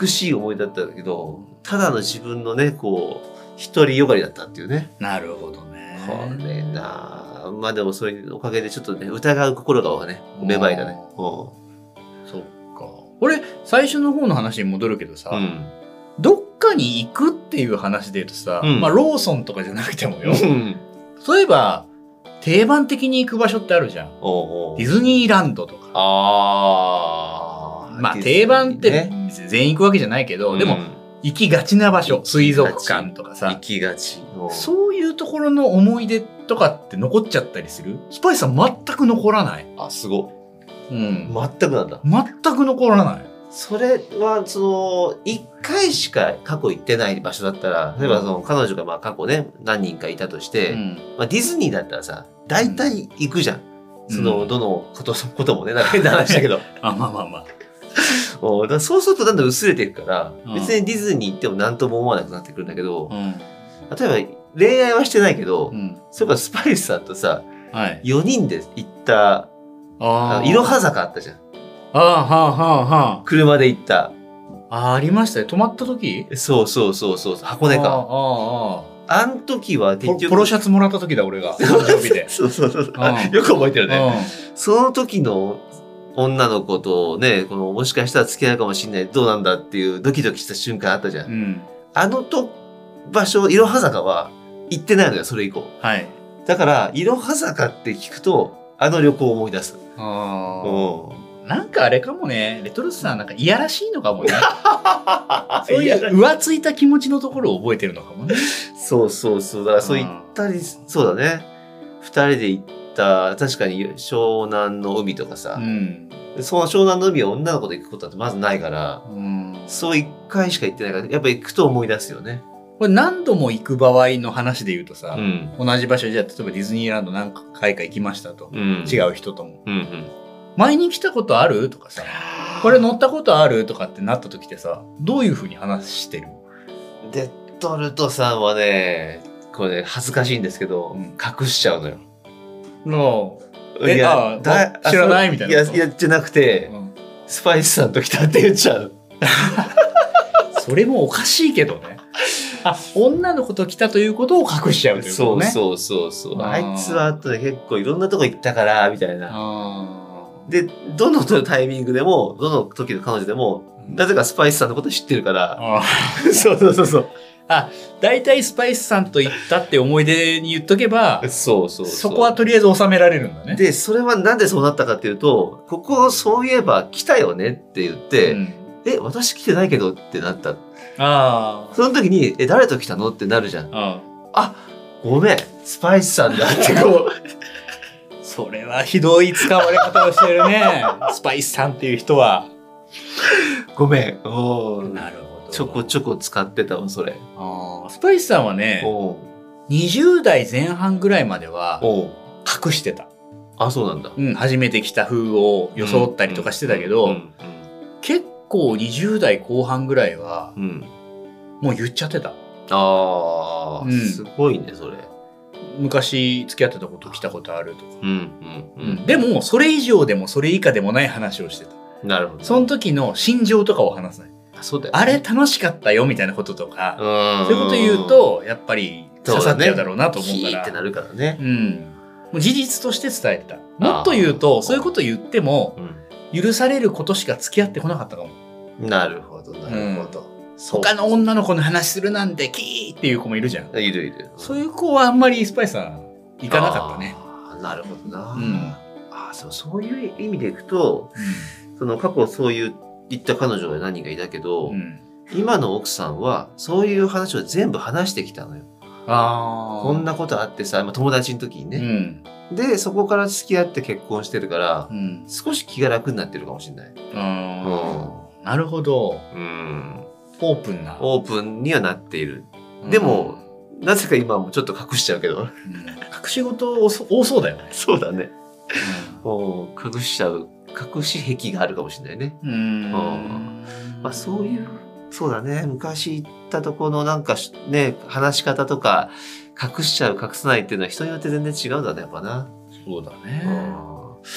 Speaker 2: 美しい思いだったんだけど、ただの自分のね、こう、独りよがりだったっていうね。
Speaker 1: なるほどね
Speaker 2: これなあまあでもそれのおかげでちょっとね、疑う心がね、芽生えたね。う
Speaker 1: そっか俺最初の方の話に戻るけどさ、
Speaker 2: ん。うん
Speaker 1: どっかに行くっていう話で言うとさ、
Speaker 2: うん
Speaker 1: まあローソンとかじゃなくてもよ
Speaker 2: うん。
Speaker 1: そういえば定番的に行く場所ってあるじゃん
Speaker 2: おうおう
Speaker 1: ディズニーランドとか
Speaker 2: ああ。
Speaker 1: まあ定番って
Speaker 2: ね
Speaker 1: 別に全員行くわけじゃないけど、で
Speaker 2: う
Speaker 1: も
Speaker 2: ん
Speaker 1: 行きがちな場所水族館とか
Speaker 2: 行
Speaker 1: さ
Speaker 2: きがち。
Speaker 1: そういうところの思い出とかって残っちゃったりするスパイスさん全く残らない、
Speaker 2: あ、すご
Speaker 1: う
Speaker 2: い。
Speaker 1: ん
Speaker 2: 全くなんだ。
Speaker 1: 全く残らない
Speaker 2: それは、その、一回しか過去行ってない場所だったら、例えばその、彼女がまあ過去ね、何人かいたとして、
Speaker 1: うん
Speaker 2: まあディズニーだったらさ、大体行くじゃん。
Speaker 1: うん
Speaker 2: その、どのこと、こともね、なんか変な
Speaker 1: [LAUGHS]
Speaker 2: 話だけど。
Speaker 1: あまあまあまあ
Speaker 2: おだからそうするとだんだん薄れていくから、
Speaker 1: うん
Speaker 2: 別にディズニー行っても何とも思わなくなってくるんだけ
Speaker 1: う
Speaker 2: ど、例えば恋愛はしてないけど、
Speaker 1: ん、うん、
Speaker 2: そういえばスパイスさんとさ、
Speaker 1: はい
Speaker 2: 4人で行った、あ
Speaker 1: あ
Speaker 2: のいろは坂あったじゃん。
Speaker 1: ああはあはあは
Speaker 2: 車で行った。
Speaker 1: ああありましたね泊まった時
Speaker 2: そうそうそうそう、箱根
Speaker 1: ああ
Speaker 2: か。
Speaker 1: ああ
Speaker 2: あん時は
Speaker 1: ポ
Speaker 2: 結局。
Speaker 1: ポロシャツもらった時だ俺が誕生日で
Speaker 2: [LAUGHS] そうそうそうそう。あ
Speaker 1: うん
Speaker 2: よく覚えてるね。
Speaker 1: う
Speaker 2: その時の女の子とね、このもしかしたら付き合うかもしれない、どうなんだっていうドキドキした瞬間あったじゃ
Speaker 1: ん、
Speaker 2: ん。
Speaker 1: うん、
Speaker 2: あのと場所、いろは坂は行ってないのよ、それ以降。
Speaker 1: はい
Speaker 2: だから、いろは坂って聞くと、あの旅行を思い出す。
Speaker 1: ああ
Speaker 2: う
Speaker 1: なんかあれかもね、レトルトさんなんかいやらしいのかも [LAUGHS] ね。
Speaker 2: ん。
Speaker 1: そういう浮ついた気持ちのところを覚えてるのかもね。
Speaker 2: そうそうそう。だからそう行ったり、そうだね。二人で行った、確かに湘南の海とかさ
Speaker 1: う、ん。
Speaker 2: その湘南の海は女の子と行くことだってまずないから、
Speaker 1: うん。
Speaker 2: そう一回しか行ってないから、やっぱ行くと思い出すよね。
Speaker 1: これ何度も行く場合の話で言うとさ、
Speaker 2: ん。
Speaker 1: 同じ場所じゃあ例えばディズニーランド何回か行きましたと。
Speaker 2: うん。
Speaker 1: 違
Speaker 2: う。
Speaker 1: う人とも。
Speaker 2: うんうん。
Speaker 1: 前に来たことあるとかさ、これ乗ったことあるとかってなった時ってさ、どういうふうに話してる
Speaker 2: レトルトさんはね、これね、恥ずかしいんですけ
Speaker 1: う
Speaker 2: ど、
Speaker 1: ん
Speaker 2: 隠しちゃうのよ。
Speaker 1: の、えああ知らないみたいな
Speaker 2: や、
Speaker 1: こと
Speaker 2: いやじゃなくて、スパイスさんと来たって言っちゃ
Speaker 1: [LAUGHS]
Speaker 2: う。
Speaker 1: それもおかしいけどね。あ、女の子と来たということを隠しちゃうというこ
Speaker 2: そ
Speaker 1: と
Speaker 2: う
Speaker 1: ね。う。
Speaker 2: そうそうそう。
Speaker 1: あ
Speaker 2: あ
Speaker 1: ー
Speaker 2: いつはあとで結構いろんなとこ行ったから、みたいな。
Speaker 1: あー
Speaker 2: で、どのタイミングでも、どの時の彼女でも、なぜかスパイスさんのこと知ってるから。
Speaker 1: あー
Speaker 2: [LAUGHS] そうそうそうそう。
Speaker 1: 大体スパイスさんと行ったって思い出に言っとけば
Speaker 2: そうそう
Speaker 1: そうこはとりあえず収められるんだね。
Speaker 2: で、それはなんでそうなったかっていうと、ここそういえば来たよねって言って、
Speaker 1: うん
Speaker 2: え、私来てないけどってなった。
Speaker 1: あー
Speaker 2: その時に、え、誰と来たのってなるじゃん。
Speaker 1: あ
Speaker 2: ごめん、スパイスさんだって
Speaker 1: [LAUGHS]
Speaker 2: こう。
Speaker 1: ーそれはひどい使われ方をしてる
Speaker 2: [LAUGHS]
Speaker 1: ねスパイスさんっていう人は。
Speaker 2: ごめん。おー
Speaker 1: るほど
Speaker 2: ちょこちょこ使ってたわ、それ。
Speaker 1: あースパイスさんはね
Speaker 2: おう
Speaker 1: 20代前半ぐらいまでは
Speaker 2: おう
Speaker 1: 隠してた、
Speaker 2: あ、そうなんだ。
Speaker 1: うん、初めて来た風を装ったりとかしてたけど、
Speaker 2: うん
Speaker 1: 結構20代後半ぐらいは
Speaker 2: うんうん
Speaker 1: もう言っちゃってた
Speaker 2: ああ、
Speaker 1: うん
Speaker 2: すごいねそれ
Speaker 1: 昔付き合ってたこと来たことあるとか。
Speaker 2: うんうんうん
Speaker 1: でもそれ以上でもそれ以下でもない話をしてた
Speaker 2: なるほど
Speaker 1: その時の心情とかを話さない
Speaker 2: あそうだよね
Speaker 1: あれ楽しかったよみたいなこととか、
Speaker 2: うん
Speaker 1: そういうこと言うとやっぱり刺さっちゃうだろうなと思
Speaker 2: キ
Speaker 1: うか
Speaker 2: ーっ
Speaker 1: ら
Speaker 2: てなるからね
Speaker 1: うん、もう事実として伝えてたもっと言うと
Speaker 2: あー
Speaker 1: そういうこと言っても許されることしか付き合ってこなかったかも
Speaker 2: なるほどなるほど、そう
Speaker 1: 他の女の子の話するなんてキーっていう子もいるじゃん
Speaker 2: いるいる
Speaker 1: そう
Speaker 2: う
Speaker 1: いう子はあんまりスパイスさん行かなかったね
Speaker 2: あーなるほどな、
Speaker 1: うん
Speaker 2: あーそうそういう意味でいくとその過去そういう言った彼女が何人かいたけど、
Speaker 1: うん
Speaker 2: 今の奥さんはそういう話を全部話してきたのよ、
Speaker 1: ああ
Speaker 2: こんなことあってさ、まあ、友達の時に
Speaker 1: う
Speaker 2: ね、
Speaker 1: ん
Speaker 2: でそこから付き合って結婚してるから
Speaker 1: う、ん
Speaker 2: 少し気が楽になってるかもしれない。
Speaker 1: あーなるほど
Speaker 2: うん。
Speaker 1: オープンな
Speaker 2: オープンにはなっている。でもなぜか今もちょっと隠しちゃうけど。
Speaker 1: うん、
Speaker 2: [LAUGHS]
Speaker 1: うん隠し事多そ多そうだよね、
Speaker 2: そうだね。隠しちゃう、隠し癖があるかもしれないね。
Speaker 1: うん
Speaker 2: まあそういうそうだね昔行ったとこのなんかしね話し方とか隠しちゃう隠さないっていうのは人によって全然違うんだねやっぱな。
Speaker 1: そうだね。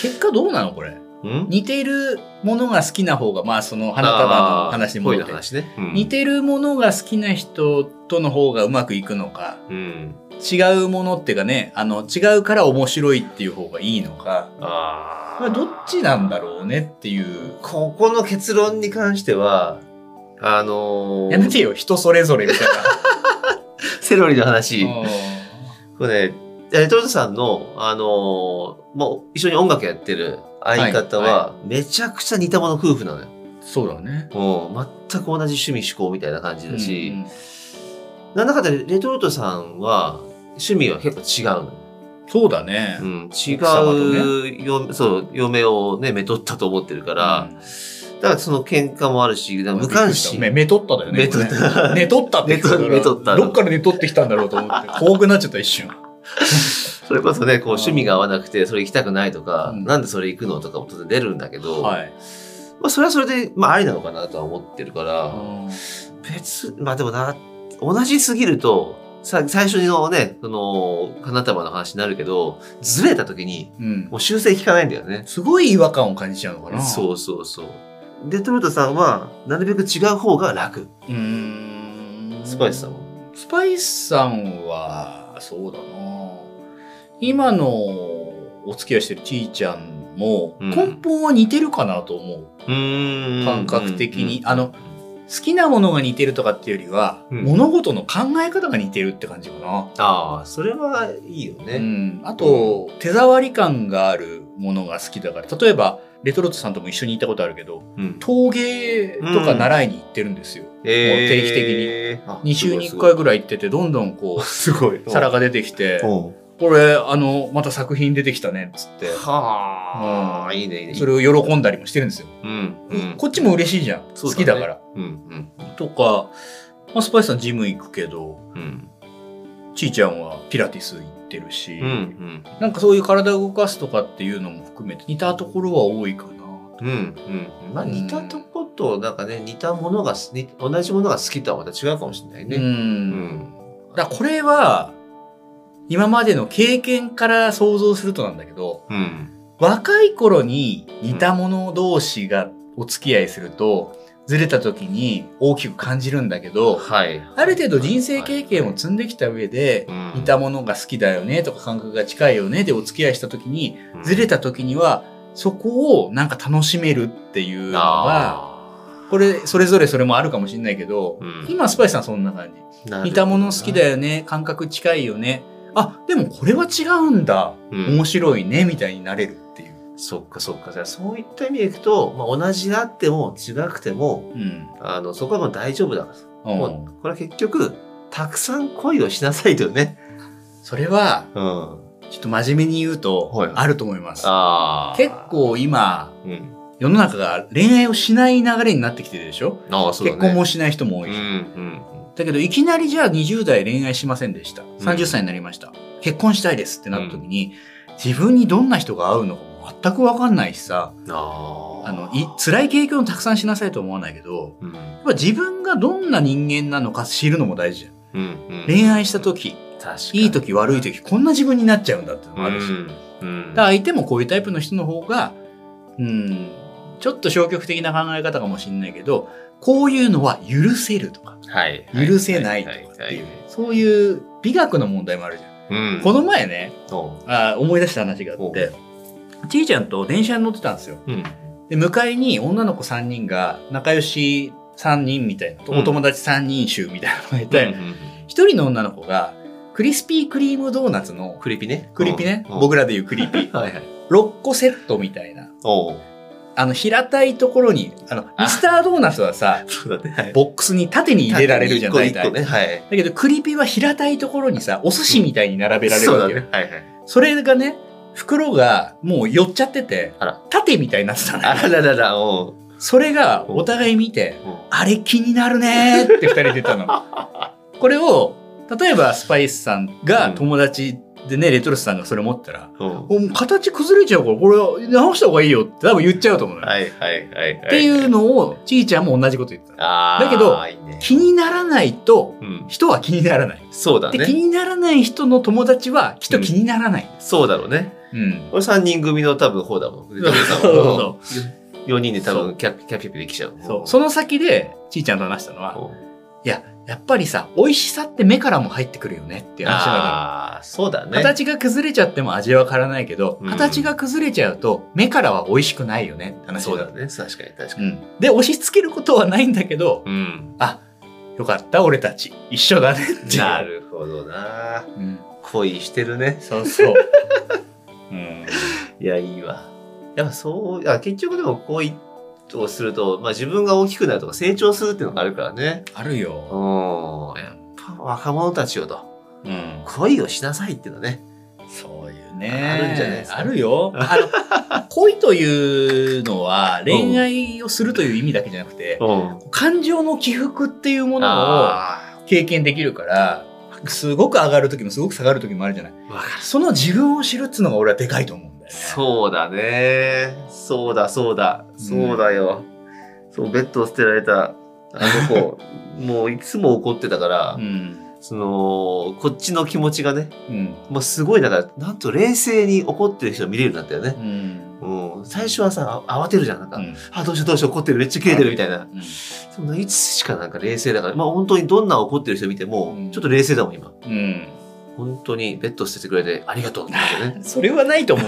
Speaker 1: 結果どうなのこれ。
Speaker 2: うん
Speaker 1: 似ているものが好きな方が、まあその花束の話に
Speaker 2: も
Speaker 1: 戻
Speaker 2: の
Speaker 1: って。
Speaker 2: 話ね。うん
Speaker 1: 似てるものが好きな人との方がうまくいくのか、
Speaker 2: うん
Speaker 1: 違うものっていうかね、あの、違うから面白いっていう方がいいのか、
Speaker 2: あ
Speaker 1: ま
Speaker 2: ー
Speaker 1: あどっちなんだろうねっていう。
Speaker 2: ここの結論に関してはあのー
Speaker 1: やめてよ、人それぞれみたい
Speaker 2: セロリの話 [LAUGHS]
Speaker 1: な。うん
Speaker 2: これねえートヨタさんの、あのーまあ、一緒に音楽やってる相方は、めちゃくちゃ似た者夫婦なのよ。
Speaker 1: そうだね。
Speaker 2: もう全く同じ趣味嗜好みたいな感じだし、
Speaker 1: うんうん
Speaker 2: なんだかんだレトルトさんは趣味は結構違うのよ
Speaker 1: そうだね。
Speaker 2: うん、
Speaker 1: 様と
Speaker 2: 違う嫁、そう嫁をねめとったと思ってるから、
Speaker 1: うん
Speaker 2: だからその喧嘩もあるしだから無関心
Speaker 1: めめとっただよね。
Speaker 2: めとった
Speaker 1: これね寝とったって言って
Speaker 2: [LAUGHS]
Speaker 1: たから
Speaker 2: 寝とった
Speaker 1: どっから寝とってきたんだろうと思って、怖くなっちゃった一瞬。
Speaker 2: それこそねこう趣味が合わなくてそれ行きたくないとか、
Speaker 1: うん
Speaker 2: なんでそれ行くのとかも当然出るんだけど、
Speaker 1: はい。
Speaker 2: まあ、それはそれで、まあ、ありなのかなとは思ってるから、別まあでもな同じすぎるとさ最初のねその花束の話になるけどずれた時に
Speaker 1: うん
Speaker 2: も。う修正効かないんだよね。
Speaker 1: すごい違和感を感じちゃうのかな。
Speaker 2: そうそうそう。で、トヨタさんは、なるべく違う方が楽。
Speaker 1: うーん。
Speaker 2: スパイスさんも。
Speaker 1: スパイスさんは、そうだな今のお付き合いしてるちーちゃんも、
Speaker 2: うん
Speaker 1: 根本は似てるかなと思う。
Speaker 2: うん
Speaker 1: 感覚的にあの、好きなものが似てるとかっていうよりは、
Speaker 2: うん
Speaker 1: 物事の考え方が似てるって感じかな。
Speaker 2: ああ、それはいいよ
Speaker 1: う
Speaker 2: ね。
Speaker 1: ん、あと、手触り感があるものが好きだから例えばレトロットさんとも一緒に行ったことあるけど
Speaker 2: うん。
Speaker 1: 陶芸とか習いに行ってるんですよ、
Speaker 2: えー、もう定期的
Speaker 1: 2週に1回
Speaker 2: ぐ
Speaker 1: ぐらい行っててどんどんこう
Speaker 2: [LAUGHS] すごい。
Speaker 1: 皿が出てきて
Speaker 2: おう
Speaker 1: 「これあのまた作品出てきたね」っつって
Speaker 2: はあ、いいね、いいね。
Speaker 1: それを喜んだりもしてるんですよ、
Speaker 2: うん、うん。
Speaker 1: こっちも嬉しいじゃん、
Speaker 2: そうだ
Speaker 1: 好き
Speaker 2: ね
Speaker 1: だから
Speaker 2: うん、
Speaker 1: とか、まあ、スパイスさんジム行くけど
Speaker 2: うん。うん、
Speaker 1: ちーちゃんはピラティス行ってるし、
Speaker 2: うん、うん。
Speaker 1: なんかそういう体を動かすとかっていうのも含めて似たところは多いかな
Speaker 2: うん、うん。まあ、似たとこと、なんかね、似たものがす、似同じものが好きとはまた違うかもしれない
Speaker 1: うん
Speaker 2: ね。うん。
Speaker 1: だからこれは今までの経験から想像するとなんだけど
Speaker 2: うん。
Speaker 1: 若い頃に似た者同士がお付き合いするとずれた時に大きく感じるんだけど
Speaker 2: はい。
Speaker 1: ある程度人生経験を積んできた上で
Speaker 2: うん
Speaker 1: 似たものが好きだよねとか感覚が近いよねでお付き合いした時にずれた時にはそこをなんか楽しめるっていうのが
Speaker 2: あ
Speaker 1: これそれぞれそれもあるかもしれないけど、
Speaker 2: うん
Speaker 1: 今スパイスさんそんな感じ
Speaker 2: ーなるほどな
Speaker 1: 似たもの好きだよね感覚近いよねあでもこれは違うんだ
Speaker 2: うん
Speaker 1: 面白いねみたいになれるっていう、
Speaker 2: そっかそっかじゃあそういった意味でいくと、まあ、同じであっても違くても
Speaker 1: うん
Speaker 2: あのそこはもう大丈夫だから
Speaker 1: うん
Speaker 2: もうこれは結局たくさん恋をしなさいというね、
Speaker 1: それは
Speaker 2: うん、あ
Speaker 1: ちょっと真面目に言うと、
Speaker 2: はい
Speaker 1: あると思います
Speaker 2: あ
Speaker 1: 結、構今
Speaker 2: うん、
Speaker 1: 世の中が恋愛をしない流れになってきてるでしょ、
Speaker 2: ああそうだ
Speaker 1: 結
Speaker 2: ね
Speaker 1: 婚もしない人も多
Speaker 2: う
Speaker 1: い
Speaker 2: ん
Speaker 1: し、
Speaker 2: うん
Speaker 1: だけどいきなりじゃあ20代恋愛しませんでした30歳になりました、結婚したいですってなった時に、自分にどんな人が合うのかも全く分かんないしさ、
Speaker 2: うんああ
Speaker 1: あの、い、辛い経験をたくさんしなさいとは思わないけど、
Speaker 2: うん
Speaker 1: やっぱ自分がどんな人間なのか知るのも大事じゃん。
Speaker 2: うんうん、
Speaker 1: 恋愛した時、
Speaker 2: 確かに
Speaker 1: いい時悪い時、こんな自分になっちゃうんだってのもあるし。
Speaker 2: う
Speaker 1: だか
Speaker 2: んうん、
Speaker 1: ら相手もこういうタイプの人の方が、うん、ちょっと消極的な考え方かもしれないけど、こういうのは許せるとか、
Speaker 2: はい
Speaker 1: 許せないとかっていう、そういう美学の問題もあるじゃん。
Speaker 2: うん
Speaker 1: この前ね、
Speaker 2: の
Speaker 1: あー思い出した話があって、ちいちゃんと電車に乗ってたんですよ。
Speaker 2: うん
Speaker 1: で、迎えに女の子3人が、仲良し3人みたいな、
Speaker 2: うん
Speaker 1: お友達3人集みたいなのがい
Speaker 2: うんう
Speaker 1: て、
Speaker 2: んうん
Speaker 1: 一、人の女の子が、クリスピークリームドーナツの、
Speaker 2: クリピね
Speaker 1: クリピね、
Speaker 2: うんうん
Speaker 1: 僕らで言うクリピ、
Speaker 2: はいはい
Speaker 1: 6個セットみたいな、
Speaker 2: おう
Speaker 1: あの、平たいところに、あの、ミスタードーナツはさ、
Speaker 2: そうだねはい
Speaker 1: ボックスに縦に入れられるじゃん、大
Speaker 2: 一個一
Speaker 1: 体。
Speaker 2: 個ねはい
Speaker 1: だけど、クリピは平たいところにさ、お寿司みたいに並べられるわけよ。
Speaker 2: そうだね。はいはい。
Speaker 1: それがね、袋がもう寄っちゃってて
Speaker 2: あら、
Speaker 1: 縦みたいになってたのよ
Speaker 2: あらららら、おう。
Speaker 1: それがお互い見て、
Speaker 2: お
Speaker 1: あれ気になるねー
Speaker 2: [LAUGHS]
Speaker 1: って二人で言ったの。これを、例えばスパイスさんが友達でね、レトロスさんがそれ持ったら、
Speaker 2: うん
Speaker 1: もう形崩れちゃうから、これ直した方がいいよって多分言っちゃうと思うのよ。
Speaker 2: はいはいはいはい。
Speaker 1: っていう
Speaker 2: の。
Speaker 1: のを、ちいちゃんも同じこと言ってた。
Speaker 2: あー
Speaker 1: だけど
Speaker 2: いいね
Speaker 1: 気にならないと、
Speaker 2: うん、
Speaker 1: 人は気にならない。
Speaker 2: そうだ
Speaker 1: で、気
Speaker 2: ね。
Speaker 1: にならない人の友達は、きっと気にならない。
Speaker 2: そうだろうね。
Speaker 1: うん。
Speaker 2: 俺3人組の多分方
Speaker 1: [LAUGHS]
Speaker 2: だもん。
Speaker 1: そう
Speaker 2: 4人で多分キャピキャピキャピできちゃう。
Speaker 1: そう。その先で、ちいちゃんと話したのは、
Speaker 2: う
Speaker 1: いや、やっぱりさ、美味しさって目からも入ってくるよねってい
Speaker 2: ん
Speaker 1: う話なのよ。
Speaker 2: ああ、そうだね。
Speaker 1: 形が崩れちゃっても味は変わらないけど、
Speaker 2: うん
Speaker 1: 形が崩れちゃうと目からは美味しくないよねって話
Speaker 2: そう
Speaker 1: にな
Speaker 2: だ
Speaker 1: る
Speaker 2: ね。確かに確か
Speaker 1: う
Speaker 2: に。
Speaker 1: ん、で押し付けることはないんだけど
Speaker 2: うん。
Speaker 1: よかった俺たち一緒だねっていう
Speaker 2: な、るほどな。
Speaker 1: うん、
Speaker 2: 恋してるね。
Speaker 1: そう [LAUGHS] そう、うん、
Speaker 2: いや、いいわ。やっぱそう、あ結局でも恋をすると、まあ自分が大きくなるとか成長するっていうのがあるからね。
Speaker 1: あるよ、
Speaker 2: うん。やっぱ若者たちよと。
Speaker 1: うん、
Speaker 2: 恋をしなさいっていうのね。
Speaker 1: そういうね
Speaker 2: あるんじゃないですか
Speaker 1: あるよあの恋というのは恋愛をするという意味だけじゃなくて
Speaker 2: うん。
Speaker 1: 感情の起伏っていうものを
Speaker 2: あ
Speaker 1: 経験できるからすごく上がる時もすごく下がる時もあるじゃない
Speaker 2: あ、わかる。
Speaker 1: その自分を知るっつうのが俺はでかいと思うんだよね。
Speaker 2: そうだね。そうだそうだ。そうだよ。そう、ベッドを捨てられたあの子、 [LAUGHS] もういつも怒ってたから、
Speaker 1: ん。
Speaker 2: その、こっちの気持ちがね、
Speaker 1: うん。
Speaker 2: もうすごいだから、なんと冷静に怒ってる人見れるようになったよね
Speaker 1: う。ん。
Speaker 2: うん、最初はさ、あ慌てるじゃん。なんか、
Speaker 1: うん
Speaker 2: あ、どうしようどうしよう、怒ってる、めっちゃ切れてるみたいな。でも、いつしかなんか冷静だから、まあ本当にどんな怒ってる人見ても、
Speaker 1: うん
Speaker 2: ちょっと冷静だもん、今。
Speaker 1: うん。
Speaker 2: 本当にベッド捨ててくれて、ありがとうって感じだね。
Speaker 1: [LAUGHS] それはないと思う。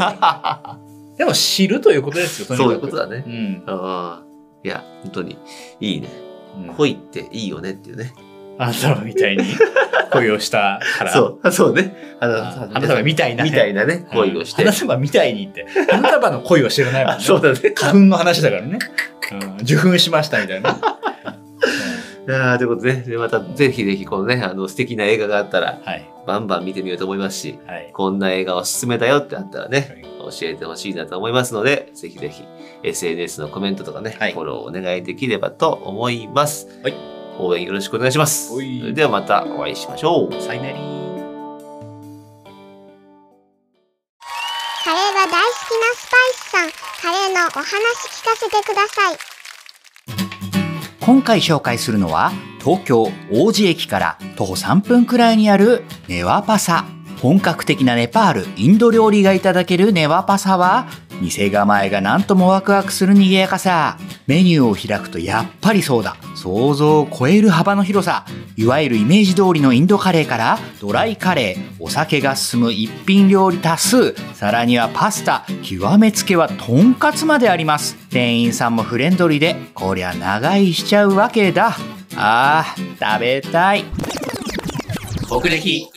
Speaker 1: [LAUGHS] でも知るということですよ、にか
Speaker 2: そういうことだね
Speaker 1: く。うん。
Speaker 2: ああ、いや、本当に、いいね。
Speaker 1: うん
Speaker 2: 恋っていいよねっていうね。
Speaker 1: あなたみたいに
Speaker 2: [LAUGHS]
Speaker 1: 恋をしたから。
Speaker 2: そう、そうね。あの、
Speaker 1: あ
Speaker 2: さ
Speaker 1: あなたみたいなね。
Speaker 2: みたいなね、恋をして
Speaker 1: あ。なたみたいにって。あなたの恋を知らないもん
Speaker 2: あ
Speaker 1: ね。
Speaker 2: [LAUGHS] そうだね。
Speaker 1: 花粉の話だからね。うん受粉しましたみたい
Speaker 2: [LAUGHS]
Speaker 1: な。
Speaker 2: ああ、ということでね、でまたぜひぜひこのね、あの素敵な映画があったら、
Speaker 1: はい。
Speaker 2: バンバン見てみようと思いますし、
Speaker 1: はい。
Speaker 2: こんな映画おすすめだよってあったらね、
Speaker 1: はい
Speaker 2: 教えてほしいなと思いますので、ぜひぜひ SNS のコメントとかね、
Speaker 1: はい
Speaker 2: フォローお願いできればと思います。
Speaker 1: はい
Speaker 2: 応援よろしくお願いします。そ
Speaker 1: はい
Speaker 2: れではまたお会いしましょう。
Speaker 1: さいなり。
Speaker 3: カレーが大好きなスパイスさん、カレーのお話聞かせてください。
Speaker 4: 今回紹介するのは東京王子駅から徒歩3分くらいにあるネワパサ本格的なネパールインド料理がいただけるネワパサは店構えがなんともワクワクする賑やかさメニューを開くとやっぱりそうだ想像を超える幅の広さいわゆるイメージ通りのインドカレーからドライカレーお酒が進む一品料理多数さらにはパスタ極めつけはとんかつまであります店員さんもフレンドリーでこりゃ長居しちゃうわけだあー食べたい
Speaker 2: 目的